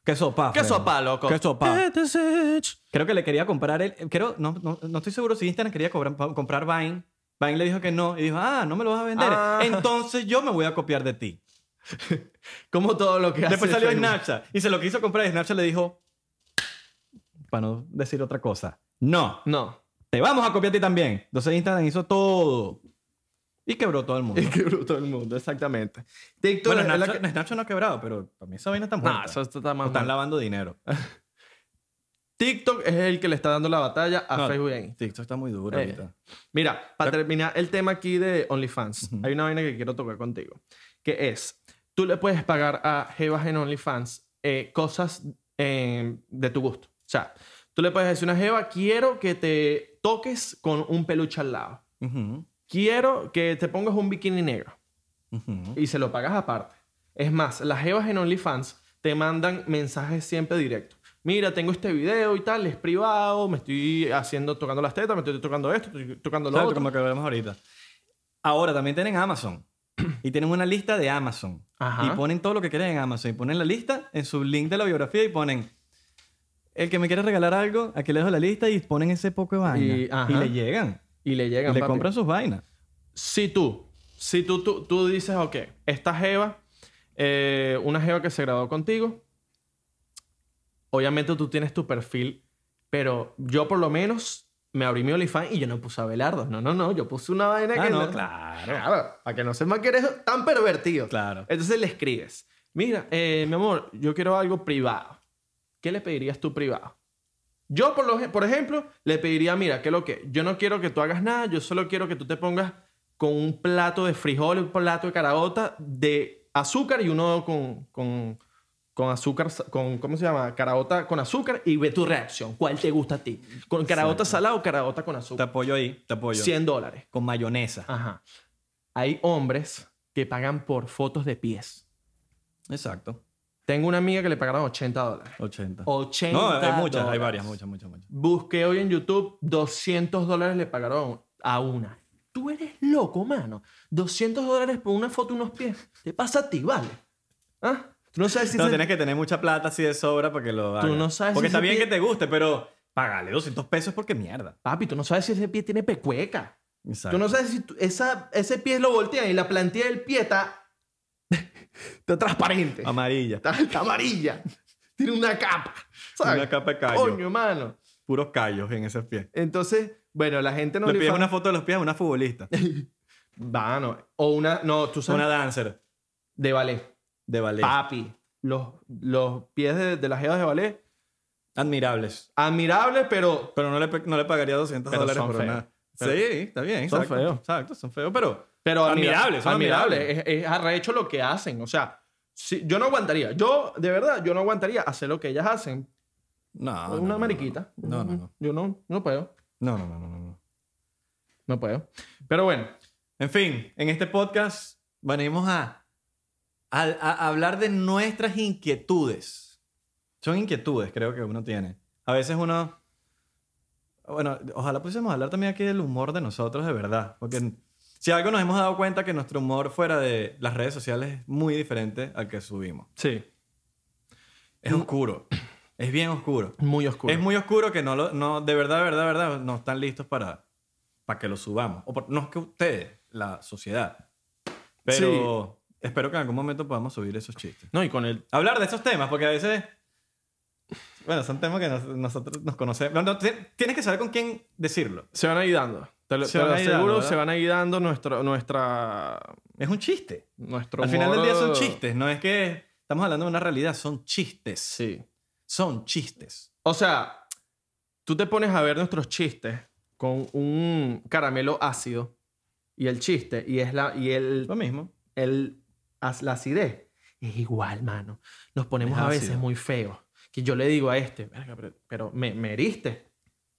C: ¿Qué sopa?
B: ¿Qué
C: Fredo?
B: sopa, loco?
C: ¿Qué sopa?
B: Get the sitch.
C: Creo que le quería comprar el... Creo, no, no, no estoy seguro si Instagram quería cobrar- comprar Vine. Vine le dijo que no. Y dijo, ah, no me lo vas a vender.
B: Ah.
C: Entonces yo me voy a copiar de ti.
B: Como todo lo que hace
C: Después salió
B: Facebook.
C: Snapchat. Y se lo quiso comprar y Snapchat le dijo, para no decir otra cosa, no,
B: No.
C: te vamos a copiar a ti también. Entonces Instagram hizo todo. Y quebró todo el mundo.
B: Y quebró todo el mundo, exactamente. TikTok
C: Bueno,
B: es la
C: Snapchat, Snapchat no ha quebrado, pero para mí esa vaina está
B: que-
C: muerta.
B: Nah, eso está
C: O
B: más
C: están
B: mal.
C: lavando dinero.
B: TikTok es el que le está dando la batalla a
C: No,
B: Facebook y a Instagram.
C: TikTok está muy duro
B: Eh.
C: ahorita.
B: Mira, para terminar el tema aquí de OnlyFans, hay una vaina que quiero tocar contigo, que es, tú le puedes pagar a Jevas en OnlyFans eh, cosas eh, de tu gusto. O sea, tú le puedes decir a una Jeva, quiero que te toques con un peluche al lado.
C: Ujú,
B: Quiero que te pongas un bikini negro
C: ujú.
B: y se lo pagas aparte. Es más, las Jevas en OnlyFans te mandan mensajes siempre directos. Mira, tengo este video y tal, es privado, me estoy haciendo, tocando las tetas, me estoy tocando esto, estoy tocando lo
C: Exacto,
B: otro.
C: como que hablamos ahorita. Ahora también tienen Amazon. Y tienen una lista de Amazon.
B: Ajá.
C: Y ponen todo lo que quieren en Amazon. Y ponen la lista en su link de la biografía y ponen. El que me quiere regalar algo, aquí le dejo la lista y ponen ese poco de vaina.
B: Y-
C: Y,
B: ajá.
C: le llegan.
B: Y le
C: Y
B: llegan,
C: le
B: papi.
C: compran sus vainas.
B: si tú, si tú, tú, tú dices, ok, esta jeva, eh, una jeva que se graduó contigo, obviamente tú tienes tu perfil, pero yo por lo menos me abrí mi OnlyFans y yo no puse a Belardo. No, no, no, yo puse una vaina
C: Ah,
B: que
C: no, claro.
B: Claro, para que no sepa que eres tan pervertido.
C: Claro.
B: Entonces le escribes, mira, eh, mi amor, yo quiero algo privado. ¿Qué le pedirías tú privado? Yo, por, lo, por ejemplo, le pediría, mira, ¿qué es lo que? Yo no quiero que tú hagas nada, yo solo quiero que tú te pongas con un plato de frijol, un plato de carabota, de azúcar y uno con, con, con azúcar, sa- con, ¿cómo se llama? Carabota con azúcar y ve tu reacción. ¿Cuál te gusta a ti? ¿Con carabota salada o carabota con
C: Te
B: azúcar?
C: apoyo ahí, te apoyo.
B: 100 dólares.
C: Con mayonesa.
B: Ajá. Hay hombres que pagan por fotos de pies.
C: Exacto.
B: Tengo una amiga que le pagaron 80 dólares.
C: 80.
B: 80
C: no, hay muchas, hay
B: dólares.
C: varias, muchas, muchas, muchas.
B: Busqué hoy en YouTube, 200 dólares le pagaron a una. Tú eres loco, mano. 200 dólares por una foto de unos pies. Te pasa a ti, vale. ¿Ah? Tú no sabes si...
C: No,
B: se-
C: tienes que tener mucha plata así de sobra para que lo
B: Tú
C: hagas.
B: no sabes
C: Porque
B: si
C: está
B: ese
C: bien
B: pi-
C: que te guste, pero págale 200 pesos porque mierda.
B: Papi, tú no sabes si ese pie tiene pecueca.
C: Exacto.
B: Tú no sabes si tú- esa, ese pie lo voltean y la plantilla del pie está... está transparente.
C: Amarilla.
B: Está, está amarilla. Tiene una capa. ¿sabes?
C: Una capa de callo.
B: Coño, mano.
C: Puros callos en esos pies.
B: Entonces, bueno, la gente no
C: Le pides
B: fan-
C: una foto de los pies a una futbolista.
B: Vano. O una. No, tú sabes.
C: una dancer
B: De ballet.
C: de ballet.
B: Papi. Los, los pies de, de las jevas de ballet.
C: Admirables.
B: Admirables, pero.
C: Pero no le, pe- no le pagaría 200
B: Pero
C: dólares
B: son
C: por
B: feos.
C: nada. Sí, está bien.
B: Son
C: exacto.
B: feos.
C: Exacto, son feos, pero...
B: pero
C: Admirables, son
B: admirables. Es, es arrecho lo que hacen. O sea, si- yo no aguantaría. Yo, de verdad, yo no aguantaría hacer lo que ellas hacen.
C: No, Ah, no,
B: una
C: no,
B: mariquita.
C: No, no, no.
B: Yo no, no puedo.
C: No, no, no, no, no, no.
B: No puedo. Pero bueno,
C: En fin, en este podcast venimos a, a, a hablar de nuestras inquietudes. Son inquietudes, creo que uno tiene. A veces uno... Bueno, ojalá pudiésemos hablar también aquí del humor de nosotros de verdad, porque Si algo nos hemos dado cuenta que nuestro humor fuera de las redes sociales es muy diferente al que subimos.
B: Sí.
C: Es oscuro. Es bien oscuro.
B: Muy oscuro.
C: Es muy oscuro que no, lo, no de verdad, de verdad, de verdad, no están listos para, para que lo subamos. O por- no es que ustedes, la sociedad. Pero espero que en algún momento podamos subir esos chistes.
B: No, y con el...
C: Hablar de esos temas, porque a veces... Bueno, son temas que nos- nosotros nos conocemos. No, no, ti- tienes que saber con quién decirlo.
B: Se van a ir dando. Te lo,
C: Se
B: te lo
C: van a ir dando,
B: aseguro,
C: ¿verdad?
B: se van a ir dando nuestro, nuestra...
C: Es un chiste.
B: Nuestro
C: Al final del día son
B: humor-
C: chistes. No es que estamos hablando de una realidad, son chistes.
B: Sí.
C: Son chistes.
B: O sea, tú te pones a ver nuestros chistes con un caramelo ácido y el chiste y es la y el,
C: Lo mismo.
B: el as- la acidez es igual, mano. Nos ponemos
C: Es
B: a
C: ácido.
B: veces muy feos. Que yo le digo a este, "Verga, pero, pero me, me heriste.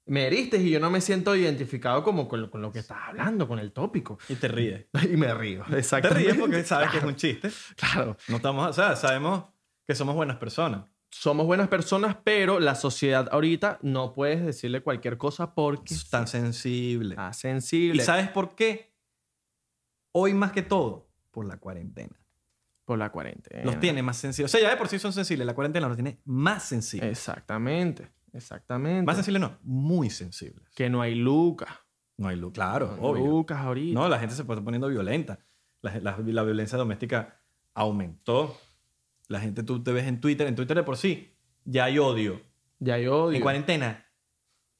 B: Me heriste y yo no me siento identificado como con lo, con lo que estás hablando, con el tópico.
C: Y te ríes.
B: Y me río,
C: Te
B: exactamente.
C: ríes porque sabes que es un chiste.
B: Claro.
C: No estamos, o sea, sabemos que somos buenas personas.
B: Somos buenas personas, pero la sociedad ahorita no puedes decirle cualquier cosa porque
C: Es tan sensible.
B: está
C: ¿Y
B: Ah, sensible.
C: sabes por qué? Hoy más que todo, por la cuarentena.
B: Por la cuarentena.
C: Los tiene más sensibles. O sea, ya de por sí son sensibles. La cuarentena los tiene más sensibles.
B: Exactamente, exactamente.
C: Más sensibles no, muy sensibles.
B: que no hay Lucas.
C: No hay luz. Claro,
B: No hay
C: obvio.
B: Lucas ahorita.
C: No, la gente se está poniendo violenta. La, la- la violencia doméstica aumentó. La gente, tú te ves en Twitter, en Twitter de por sí, ya hay odio.
B: Ya yo
C: En cuarentena,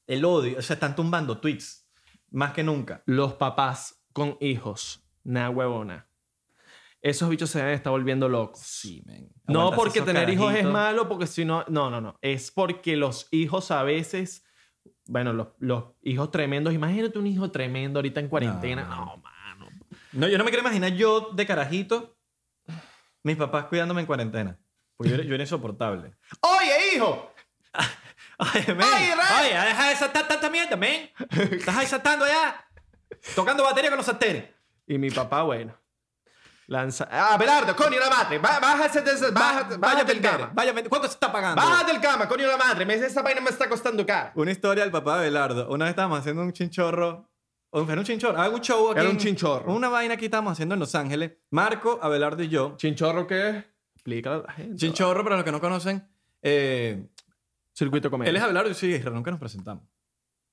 C: el odio, o sea, están tumbando tweets, más que nunca.
B: Los papás con hijos. Nah, huevona. Esos bichos se deben estar volviendo locos.
C: Sí, men.
B: No
C: Aguantas
B: porque
C: esos
B: tener hijos es
C: carajitos.
B: malo, porque si no. No, no, no. Es porque los hijos a veces. Bueno, los, los hijos tremendos. Imagínate un hijo tremendo ahorita en cuarentena.
C: No.
B: No, mano.
C: No, yo no me quiero imaginar yo de carajito, mis papás cuidándome en cuarentena. Porque yo era, yo era insoportable.
B: ¡Oye, hijo!
C: Oye, men.
B: Ay, ra-
C: Oye, deja de saltar tanta mierda, men. Estás ahí saltando allá. Tocando batería con los sartenes.
B: Y mi papá, bueno. Lanza. ¡Ah, Belardo! ¡Coño, la madre! Ba- Bájate de esa- baja- bájate
C: Váyate
B: del
C: cama.
B: cama.
C: Váyate. ¿Cuánto se está pagando?
B: ¡Bájate del cama, coño, la madre! Me- Esa vaina me está costando caro.
C: Una historia del papá de Belardo. Una vez estábamos haciendo un chinchorro. O era un chinchorro. Hago un show aquí.
B: Era
C: en-
B: un chinchorro.
C: Una vaina que estábamos haciendo en Los Ángeles. Marco, Abelardo y yo.
B: ¿Chinchorro qué es? Explícalo a la gente.
C: Chinchorro, para los que no conocen. eh,
B: Circuito comedia.
C: él es Abelardo y sí, Israel, nunca nos presentamos.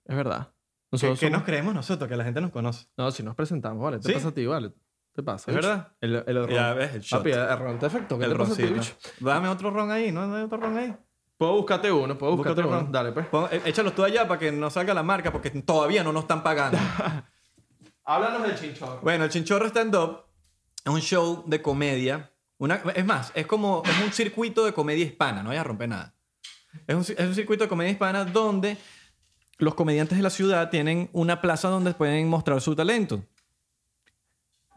B: Es verdad.
C: ¿Qué,
B: Nosotros
C: qué nos
B: somos-
C: creemos nosotros? Que la gente nos conoce.
B: No, si nos presentamos, vale. Te
C: ¿Sí?
B: pasa a ti, vale. Te pasa.
C: ¿Es
B: bicho.
C: verdad?
B: El, el ron.
C: Ya ves, el shot.
B: Papi, el ron te afectó. ¿Qué
C: El
B: te pasa a ti,
C: roncito.
B: bicho?
C: Dame otro ron ahí, ¿no? Dame otro ron ahí.
B: Puedo buscarte uno, puedo buscarte
C: Búscate
B: uno.
C: ron.
B: Dale, pues.
C: Pon- eh, échalos tú allá para que no salga la marca porque todavía no nos están pagando.
B: Háblanos del chinchorro.
C: Bueno, el Chinchorro Stand Up es un show de comedia. Una, es más, es como es un circuito de comedia hispana, no voy a romper nada. Es un, ci- es un circuito de comedia hispana donde los comediantes de la ciudad tienen una plaza donde pueden mostrar su talento.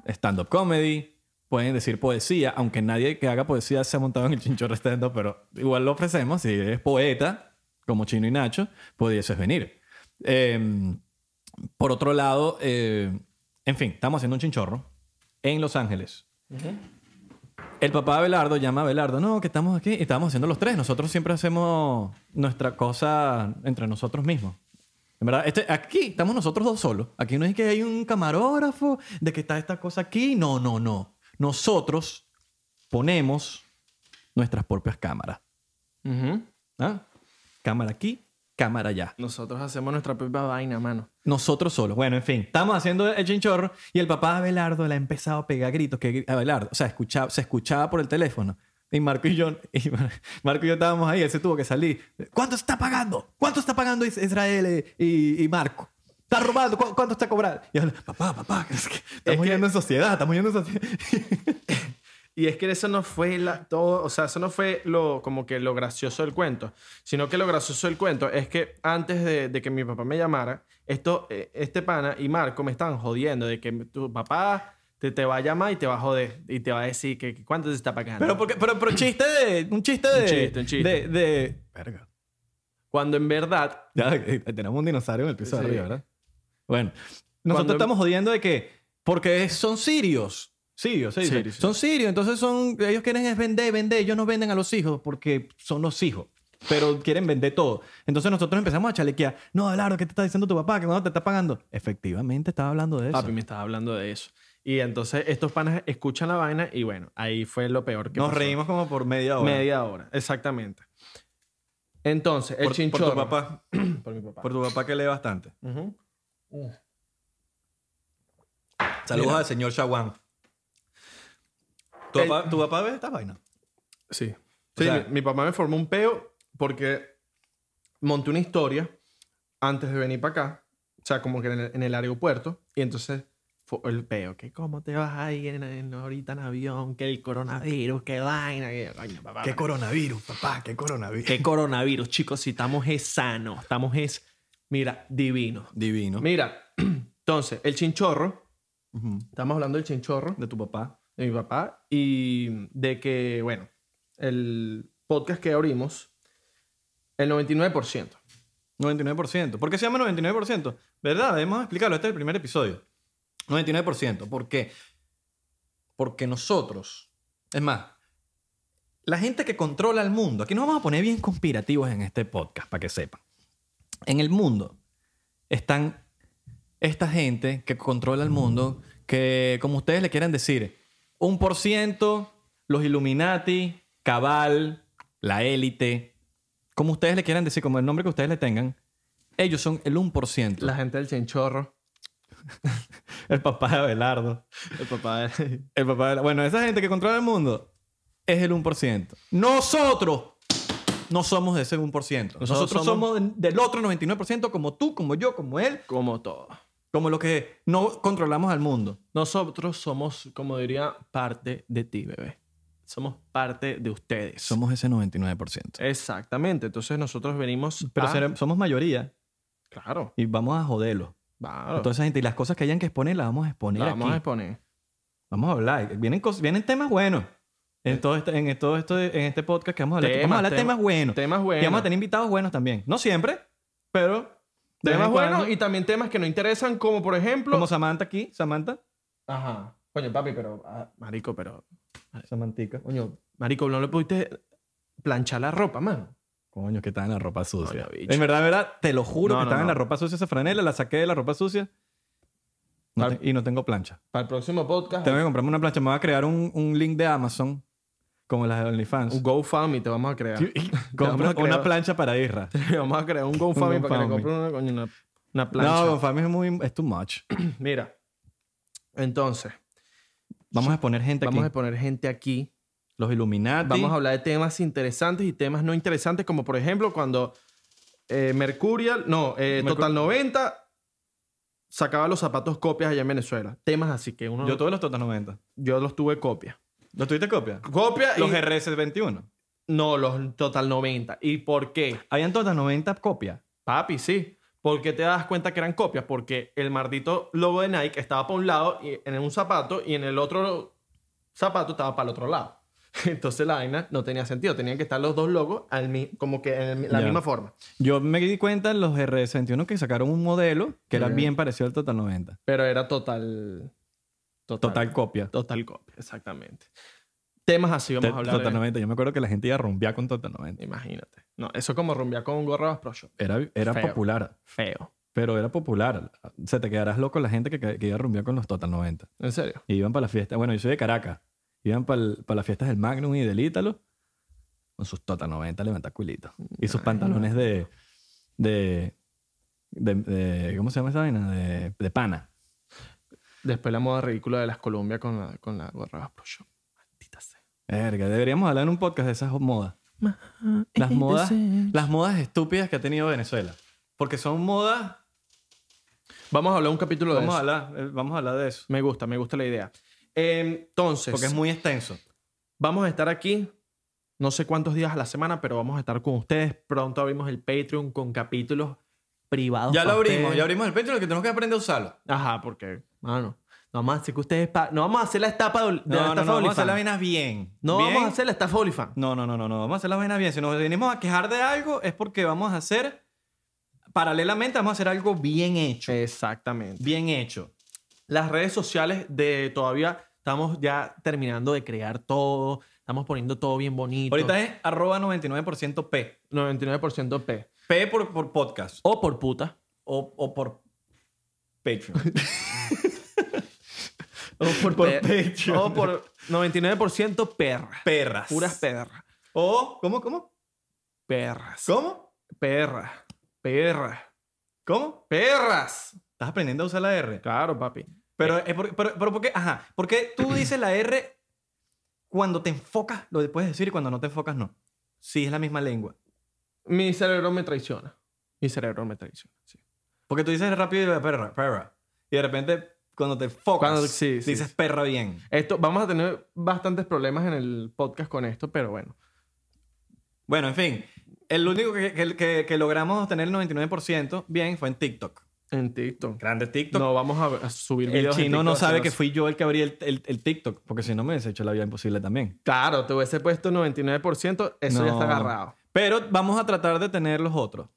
C: Stand-up comedy, pueden decir poesía, aunque nadie que haga poesía se ha montado en el Chinchorro Stand Up, pero igual lo ofrecemos. Si eres poeta, como Chino y Nacho, pudieses venir. Em, por otro lado, eh, en fin, estamos haciendo un chinchorro en Los Ángeles. El papá de Abelardo llama a Abelardo, no, que estamos aquí y estábamos haciendo los tres. Nosotros siempre hacemos nuestra cosa entre nosotros mismos. En verdad, este- aquí estamos nosotros dos solos. Aquí no es que hay un camarógrafo, de que está esta cosa aquí. No, no, no. Nosotros ponemos nuestras propias cámaras. ¿ah? Cámara aquí, cámara allá.
B: Nosotros hacemos nuestra propia vaina, mano.
C: Nosotros solos. Bueno, en fin, estamos haciendo el chinchorro y el papá de Abelardo le ha empezado a pegar gritos que Abelardo, o sea, escuchaba, se escuchaba por el teléfono. Y Marco y yo, y Mar- Marco y yo estábamos ahí, él se tuvo que salir. ¿Cuánto está pagando? ¿Cuánto está pagando Is- Israel eh, y, y Marco? ¿Está robando? ¿Cu- ¿Cuánto está cobrando? Y él, papá, papá, es que estamos
B: que-
C: yendo en sociedad, estamos yendo en sociedad.
B: Y es que eso no fue la, todo, o sea, eso no fue lo, como que lo gracioso del cuento, sino que lo gracioso del cuento es que antes de, de que mi papá me llamara, esto, eh, este pana y Marco me estaban jodiendo de que tu papá te, te va a llamar y te va a joder y te va a decir que, que cuánto te está pagando.
C: pero, porque, pero, pero chiste de... Un chiste de...
B: chiste, un chiste.
C: De... de- Verga.
B: Cuando en verdad,
C: Ya, eh, tenemos un dinosaurio en el piso de
B: Sí.
C: arriba, ¿verdad? Bueno, nosotros
B: Cuando-
C: estamos jodiendo de que, porque son sirios. Sirios, se dice.
B: Sirios, sí.
C: Son sirios, entonces son, ellos quieren es vender, vender. Ellos no venden a los hijos porque son los hijos. pero quieren vender todo. Entonces nosotros empezamos a chalequear. No, Abelardo, ¿qué te está diciendo tu papá? ¿Que cuando te está pagando? Efectivamente, estaba hablando de eso.
B: Papi, me estaba hablando de eso. Y entonces estos panas escuchan la vaina y bueno, ahí fue lo peor que
C: Nos
B: pasó.
C: reímos como por media hora.
B: Media hora, exactamente. Entonces, el
C: por, por
B: chinchorro.
C: tu papá.
B: Por mi papá.
C: Por tu papá que lee bastante.
B: Ujú.
C: Saludos al señor Shawan. ¿Tu,
B: El-
C: papá, ¿Tu papá ve esta vaina?
B: Sí.
C: O
B: Sí,
C: sea-
B: mi, mi papá me formó un peo porque monté una historia antes de venir para acá, o sea, como que en el, en el aeropuerto, y entonces fue el peo, que cómo te vas a ir en, en- ahorita en avión, que el coronavirus, que vaina, que coño, papá.
C: ¿Qué coronavirus, papá? ¿Qué coronavirus?
B: ¿Qué coronavirus, chicos, si estamos es sano, estamos es, mira, divino.
C: Divino.
B: Mira, entonces, el chinchorro, estamos hablando del chinchorro,
C: De tu papá.
B: de mi papá y de que, bueno, el podcast que abrimos, el 99%.
C: 99%. ¿Por qué se llama 99%? ¿Verdad? Debemos explicarlo. Este es el primer episodio. 99%. ¿Por qué? Porque nosotros, es más, la gente que controla el mundo, aquí nos vamos a poner bien conspirativos en este podcast, para que sepan. En el mundo están esta gente que controla el mundo, que como ustedes le quieran decir, un por ciento, los Illuminati, Cabal, la élite, como ustedes le quieran decir, como el nombre que ustedes le tengan, ellos son el 1%.
B: La gente del chinchorro.
C: El papá de Abelardo.
B: El papá de...
C: El papá de Abelardo. Bueno, esa gente que controla el mundo es el 1%. Nosotros no somos de ese 1%. Nosotros, somos...
B: somos-
C: del otro 99%, como tú, como yo, como él,
B: Como todo.
C: como los que no controlamos al mundo.
B: Nosotros somos, como diría, parte de ti, bebé. Somos parte de ustedes.
C: Somos ese 99%.
B: Exactamente. Entonces nosotros venimos
C: Eh, Pero
B: a-
C: seremos- somos mayoría
B: Claro.
C: y vamos a joderlo.
B: Claro.
C: Toda esa gente y las cosas que hayan que exponer las vamos a exponer
B: La
C: aquí.
B: vamos a exponer.
C: Vamos a hablar. Vienen, cos- vienen temas buenos. En todo, este, en, todo esto, en este podcast que vamos a hablar.
B: Temas,
C: vamos a hablar
B: temas-
C: temas buenos.
B: Temas
C: Y vamos a
B: buenos.
C: tener invitados buenos también. No siempre, pero. de vez
B: Temas
C: en
B: buenos
C: cuando.
B: y también temas que no interesan, como por ejemplo...
C: Como Samantha aquí. Samantha.
B: Ajá. Coño, papi, pero... ah, marico, pero...
C: Samantica.
B: Coño, marico, no le pudiste planchar la ropa, mano.
C: Coño, que estaba en la ropa sucia.
B: Coño, bicho.
C: en verdad, en verdad, te lo juro
B: No,
C: que
B: no,
C: estaba en
B: no.
C: la ropa sucia esa franela. La saqué de la ropa sucia. No
B: Ah.
C: te- y no tengo plancha.
B: Para el próximo podcast,
C: Tengo que comprarme una plancha. Me voy a crear un, un link de Amazon. Como las de
B: un
C: OnlyFans.
B: GoFundMe te vamos a crear.
C: Compra
B: vamos a crear-
C: una plancha para Isra.
B: Te vamos a crear un GoFundMe
C: Un
B: para que le
C: GoFundMe.
B: compre una, coño, una, una plancha.
C: No, GoFundMe es muy. Es too much.
B: Mira, entonces,
C: Vamos a exponer gente
B: vamos a
C: aquí.
B: poner gente aquí.
C: Los Illuminati.
B: Vamos a hablar de temas interesantes y temas no interesantes, como por ejemplo cuando eh, Mercurial, no, eh,
C: Mercu-
B: Total 90 sacaba los zapatos copias allá en Venezuela. Temas así que uno...
C: Yo tuve los Totas 90.
B: yo los tuve copia.
C: ¿Los tuviste copia?
B: Copia y...
C: Los RS21.
B: no, los Total 90. ¿Y por qué?
C: Habían todas 90 copias.
B: Papi, sí. ¿Por qué te das cuenta que eran copias? Porque el maldito logo de Nike estaba para un lado, y- en un zapato, y en el otro zapato estaba para el otro lado. Entonces la vaina no tenía sentido. Tenían que estar los dos logos al mi- como que en el- la
C: Ya.
B: misma forma.
C: Yo me di cuenta en los RS21 que sacaron un modelo que era
B: Ok.
C: bien parecido al Total 90.
B: Pero era total... Total,
C: Total copia.
B: total copia, exactamente. Temas así vamos
C: Te-
B: a hablar. de-
C: Total 90. Yo me acuerdo que la gente iba a rumbear con Total 90.
B: Imagínate. No, eso es como rumbear con un gorro de Pro Shop.
C: Era, era
B: Feo.
C: popular.
B: Feo.
C: Pero era popular. Se te quedarás loco la gente que, que iba a rumbear con los Total 90.
B: En serio.
C: Y iban para la fiesta. Bueno, yo soy de Caracas. Iban para las fiestas del Magnum y del Ítalo con sus Total 90 levanta culito. Y sus pantalones de, de, de, de- ¿Cómo se llama esa vaina? De, de pana.
B: Después la moda ridícula de las Colombia con la, con la gorra de Pro Shop. Maldita sea.
C: Verga, deberíamos hablar en un podcast de esas modas. Las modas, las modas estúpidas que ha tenido Venezuela. Porque son modas.
B: Vamos a hablar un capítulo de
C: Vamos a
B: eso.
C: hablar, eh, vamos a hablar de eso.
B: Me gusta, me gusta la idea. Em, Entonces,
C: Porque es muy extenso.
B: vamos a estar aquí no sé cuántos días a la semana, pero vamos a estar con ustedes. Pronto abrimos el Patreon con capítulos privados.
C: Ya lo
B: para
C: abrimos,
B: ustedes.
C: ya abrimos el Patreon, que tenemos que aprender a usarlo.
B: Ajá, porque, mano, no vamos a hacer que ustedes... pa- No vamos a hacer la estafa de, de
C: No,
B: la
C: no, no,
B: estafa
C: vamos a hacer
B: OnlyFans.
C: las vainas bien.
B: No
C: Bien.
B: vamos a hacer la estafa OnlyFans.
C: No, no, no, no, no. Vamos a hacer las vainas bien. Si nos venimos a quejar de algo, es porque vamos a hacer. Paralelamente, vamos a hacer algo bien hecho.
B: Exactamente.
C: Bien hecho.
B: Las redes sociales de todavía estamos ya terminando de crear todo. Estamos poniendo todo bien bonito.
C: Ahorita es arroba 99% P.
B: 99% P.
C: P por, por podcast
B: O por puta.
C: o, o por Patreon.
B: O por,
C: per- Patreon.
B: O por 99% perra.
C: Perras.
B: Puras perras.
C: O, ¿cómo, cómo?
B: Perras.
C: ¿Cómo?
B: Perra. Perra.
C: ¿Cómo?
B: Perras. Eh.
C: Estás aprendiendo a usar la R.
B: Claro, papi.
C: Pero, es por- pero, pero ¿por qué? Ajá. ¿Por qué tú dices la R cuando te enfocas? Lo puedes decir y cuando no te enfocas, no. Sí, es la misma lengua.
B: Mi cerebro me traiciona. Mi cerebro me traiciona. sí.
C: Porque tú dices rápido y perra, perra. Y de repente, cuando te enfocas,
B: Cuando- sí, sí,
C: dices
B: sí.
C: perra bien.
B: Esto, vamos a tener bastantes problemas en el podcast con esto, pero bueno.
C: Bueno, en fin. El único que, que- que- que logramos obtener el 99% bien fue en TikTok.
B: En TikTok.
C: Grande TikTok.
B: No vamos a, a subir
C: el
B: videos. en
C: chino
B: TikTok,
C: no sabe
B: sino-
C: que fui yo el que abrí el, el- el TikTok. Porque si no, me hubiese hecho la vida imposible también.
B: Claro, te hubiese puesto 99%, eso ya está
C: No.
B: agarrado.
C: Pero vamos a tratar de tener los otros.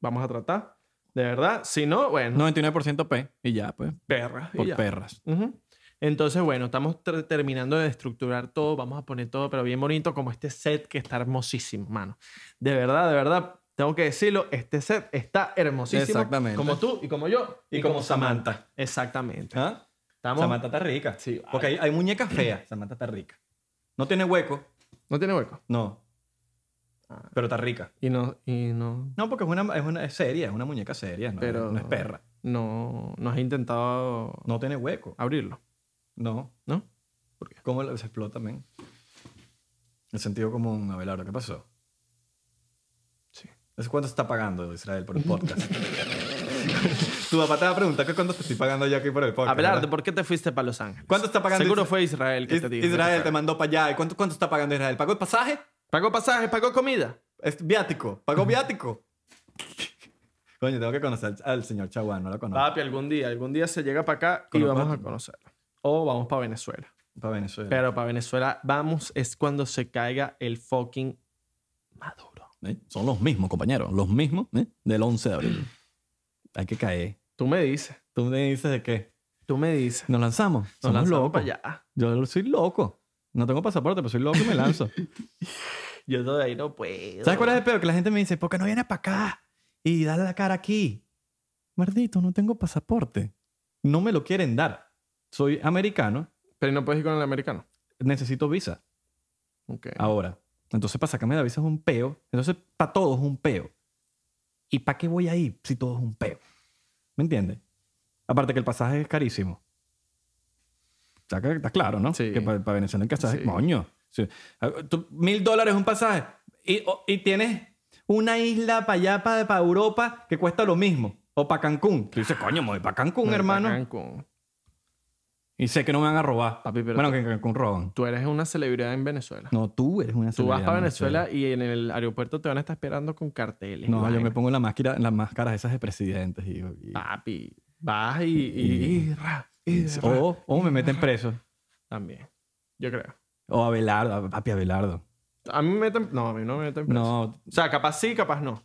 B: Vamos a tratar. De verdad. Si no, bueno,
C: 99% P. Y ya, pues.
B: perra. y
C: Por
B: ya.
C: perras.
B: Ujú. Entonces, bueno, estamos ter- terminando de estructurar todo. Vamos a poner todo, pero bien bonito, como este set que está hermosísimo, mano. De verdad, de verdad, tengo que decirlo, este set está hermosísimo.
D: Exactamente.
B: Como tú y como yo
C: Y como Samantha.
B: Exactamente.
C: ¿Ah?
B: Estamos-
C: Samantha está rica.
B: Sí, vale.
C: Porque hay, hay muñecas feas. Samantha está rica. No tiene hueco.
B: No tiene hueco.
C: No.
B: Ah.
C: Pero está rica.
B: Y no, y no,
C: No, porque es una, es una es seria, es una muñeca seria, no,
B: Pero-
C: no es perra.
B: no, no has intentado
C: No tiene hueco.
B: abrirlo,
C: No.
B: ¿no?
C: ¿Cómo lo- se explota también? El sentido común, Abelardo, ¿qué pasó?
B: Sí.
C: ¿Es cuánto se está pagando Israel por el podcast? tu papá te va a preguntar que cuánto te estoy pagando yo aquí por el podcast.
B: Abelardo,
C: ¿verdad?
B: ¿por qué te fuiste para Los Ángeles?
C: ¿Cuánto está pagando
B: Seguro
C: Isra-
B: fue Israel que te dijo.
C: Is- Israel te mandó para allá. ¿Y cuánto, cuánto está pagando Israel? ¿Pagó el pasaje?
B: ¿Pagó pasaje? ¿Pagó comida?
C: Es viático. ¿Pagó viático? Coño, tengo que conocer al señor Chaguán, no lo conozco.
B: Papi, algún día, algún día se llega para acá y
C: Cono-
B: vamos a conocerlo. O vamos para Venezuela.
C: Para Venezuela.
B: Pero para Venezuela, vamos, es cuando se caiga el fucking Maduro.
D: ¿Eh? Son los mismos, compañeros. Los mismos ¿eh? del 11 de abril. Hay que caer.
B: Tú me dices,
C: ¿Tú me dices de qué?
B: tú me dices.
D: Nos lanzamos.
B: Nos
D: Somos
B: lanzamos
D: locos.
B: para allá.
D: Yo soy loco. No tengo pasaporte, pero soy loco y me lanzo.
B: Yo de ahí no puedo.
D: ¿Sabes cuál es el peor? Que la gente me dice, ¿por qué no vienes para acá? Y dale la cara aquí. Mardito, no tengo pasaporte.
C: No me lo quieren dar.
D: Soy americano,
B: Pero no puedes ir con el americano.
D: necesito visa
B: Ok.
D: ahora. Entonces, para sacarme la visa es un peo. Entonces, para todos es un peo. ¿Y para qué voy ahí si todo es un peo? ¿Me entiendes? Aparte que el pasaje es carísimo. Está, ca- está claro, ¿no?
B: Sí.
D: Que para Venezuela el pasaje,
B: Sí.
D: coño. Sí.
C: Ah, tú- Mil dólares un pasaje. Y, o- y tienes una isla para allá, para Europa, que cuesta lo mismo. O para Cancún. Tú dices, coño, me voy para Cancún,
B: Bueno,
C: hermano.
B: pa' Cancún.
D: Y sé que no me van a robar.
B: Papi, pero
D: bueno,
B: tú-
D: que en Cancún roban.
B: Tú eres una celebridad en Venezuela.
D: No, tú eres una
B: Tú vas
D: celebridad
B: para
D: en
B: Venezuela y en el aeropuerto te van a estar esperando con carteles.
D: No, yo
B: vaina.
D: me pongo la máscara, las máscaras esas de presidentes. Y, y-
B: Papi, vas y... y- y- ra, y- ra.
D: o, o me meten preso.
B: También, yo creo.
D: O Abelardo, a- papi Abelardo.
B: A mí me meten... No, a mí no me meten preso.
D: No,
B: O sea, capaz sí, capaz no.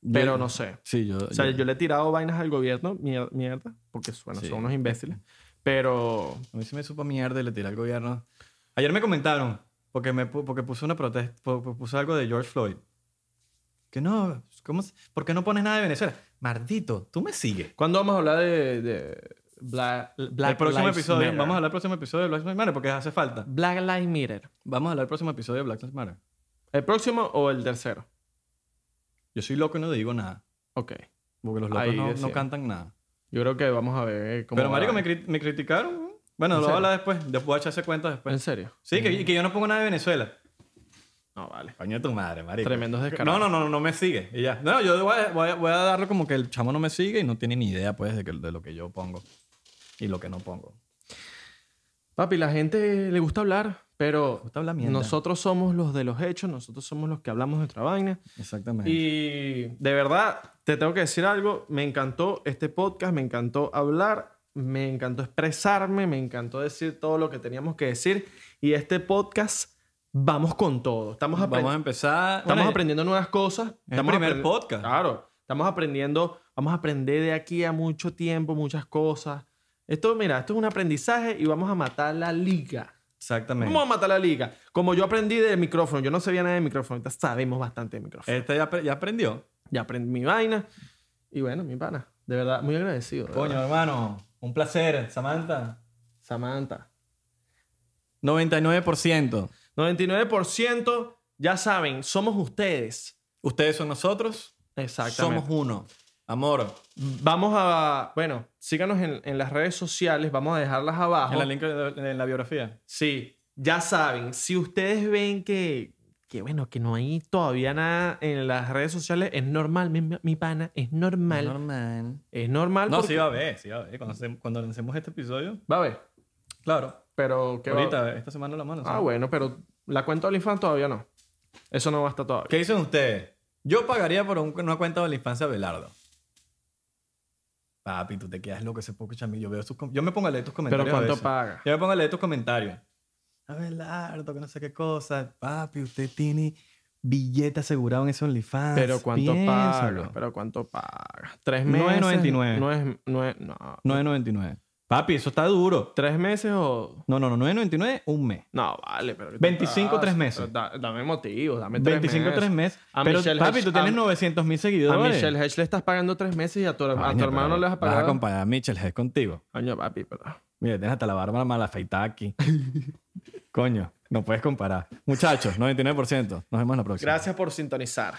D: yo-
B: Pero no sé.
D: Sí, yo.
B: O sea, yo le he tirado vainas al gobierno, mier- mierda, porque bueno,
D: Sí.
B: son unos imbéciles. Pero
D: A mí se me supo mierda y le tiré al gobierno.
C: Ayer me comentaron, porque, me, pu- porque puse una protesta, pu- pu- puse algo de George Floyd. Que no, ¿cómo, se- ¿por qué no pones nada de Venezuela? Mardito, tú me sigues.
B: ¿cuándo vamos a hablar de, de Bla- Black
C: el próximo
B: Lives
C: episodio,
B: Matter?
C: vamos a hablar del próximo episodio de Black Lives Matter porque hace falta.
B: Black Lives Matter.
C: Vamos a hablar del próximo episodio de Black Lives Matter.
B: ¿El próximo o el tercero?
C: Yo soy loco y no digo nada,
B: Ok.
C: porque los locos
B: Ahí
C: no, no
B: decía.
C: cantan nada.
B: Yo creo que vamos a ver cómo...
C: Pero
B: va
C: marico, me,
B: la vaina.
C: cri- me criticaron. Bueno,
B: ¿En
C: lo voy a
B: serio?
C: hablar después. Después voy a echarse cuentas
B: ¿En
C: después.
B: serio?
C: Sí, que, que yo no pongo nada de Venezuela.
B: No, vale.
C: Mm. Coño de tu madre, marico.
B: Tremendos
D: pues.
C: No,
B: descarados.
C: no, no, no, no me sigue. Y ya. No, yo voy a, voy a- voy a darle como que el chamo no me sigue y no tiene ni idea, pues, de, que- de lo que yo pongo y lo que no pongo.
B: Papi, la gente le gusta hablar, pero
D: gusta hablar mierda.
B: nosotros somos los de los hechos, nosotros somos los que hablamos de nuestra vaina.
D: Exactamente.
B: Y de verdad, te tengo que decir algo. Me encantó este podcast, me encantó hablar, me encantó expresarme, me encantó decir todo lo que teníamos que decir. Y este podcast, vamos con todo. Estamos, apren-
C: Vamos a empezar.
B: estamos
C: bueno,
B: aprendiendo nuevas cosas.
C: el
B: estamos
C: primer
B: aprend-
C: podcast.
B: Claro, estamos aprendiendo, vamos a aprender de aquí a mucho tiempo muchas cosas. Esto, mira, esto es un aprendizaje y vamos a matar la liga.
C: Exactamente.
B: Vamos a matar la liga. Como yo aprendí de micrófono, yo no sabía nada de micrófono, ahorita sabemos bastante de micrófono.
C: Este ya, apre- ya aprendió.
B: Ya aprendí mi vaina. Y bueno, mi pana. De verdad, muy agradecido. de verdad.
C: Coño, hermano. Un placer, Samantha.
B: Samantha.
C: 99%.
B: 99%, ya saben, somos ustedes.
C: Ustedes son nosotros.
B: Exactamente.
C: Somos uno. Amor.
B: Vamos a. Bueno, síganos en, en las redes sociales, vamos a dejarlas abajo.
C: En la, link de- en la biografía.
B: Sí, ya saben, si ustedes ven que, que bueno, que no hay todavía nada en las redes sociales, es normal, mi, mi pana, es normal. Es normal.
C: Normal.
B: porque-
C: No, sí va a ver, sí va a ver. Cuando, se- cuando lancemos este episodio.
B: Va a ver,
C: Claro.
B: pero que va-
C: Ahorita, esta semana la mano.
B: Ah, bueno, pero la cuenta de OnlyFans todavía no. Eso no va hasta todavía.
C: ¿Qué dicen ustedes? Yo pagaría por un- una cuenta de la infancia de Belardo. Papi, tú te quedas loco ese poco chamillo. Yo, veo sus com- yo me pongo a leer tus comentarios. a
B: Pero ¿cuánto
C: veces.
B: paga?
C: Yo me pongo a leer tus comentarios. Abelardo, que no sé qué cosa. Papi, usted tiene billete asegurado en ese OnlyFans.
B: Pero ¿cuánto paga?
C: Ah, Piénsalo.
B: Pero ¿cuánto paga? Tres meses.
C: 9.99.
B: No es, no es, no.
C: 9.99. Papi, eso está duro.
B: ¿Tres meses o...?
C: No, no, no. 9.99, un mes.
B: No, vale, pero... ¿qué te
C: 25
B: pasa?
C: tres meses.
B: Pero da- dame motivos, dame tres
C: 25,
B: meses.
C: 3 meses.
B: A
C: Pero,
B: Michelle
C: papi,
B: Hedge-
C: tú tienes
B: a-
C: 900 mil
B: A
C: seguidores.
B: Michelle Hedge le estás pagando tres meses y a tu, a tu
C: Coño,
B: hermano
C: pero
B: le vas a
C: Vas
B: pagar...
C: a acompañar a Michelle Hedge contigo.
B: Coño, papi, pero...
C: Mira, tienes hasta la barba mal afeitada aquí. Coño, no puedes comparar. Muchachos, 99%. Nos vemos en la próxima.
B: Gracias por sintonizar.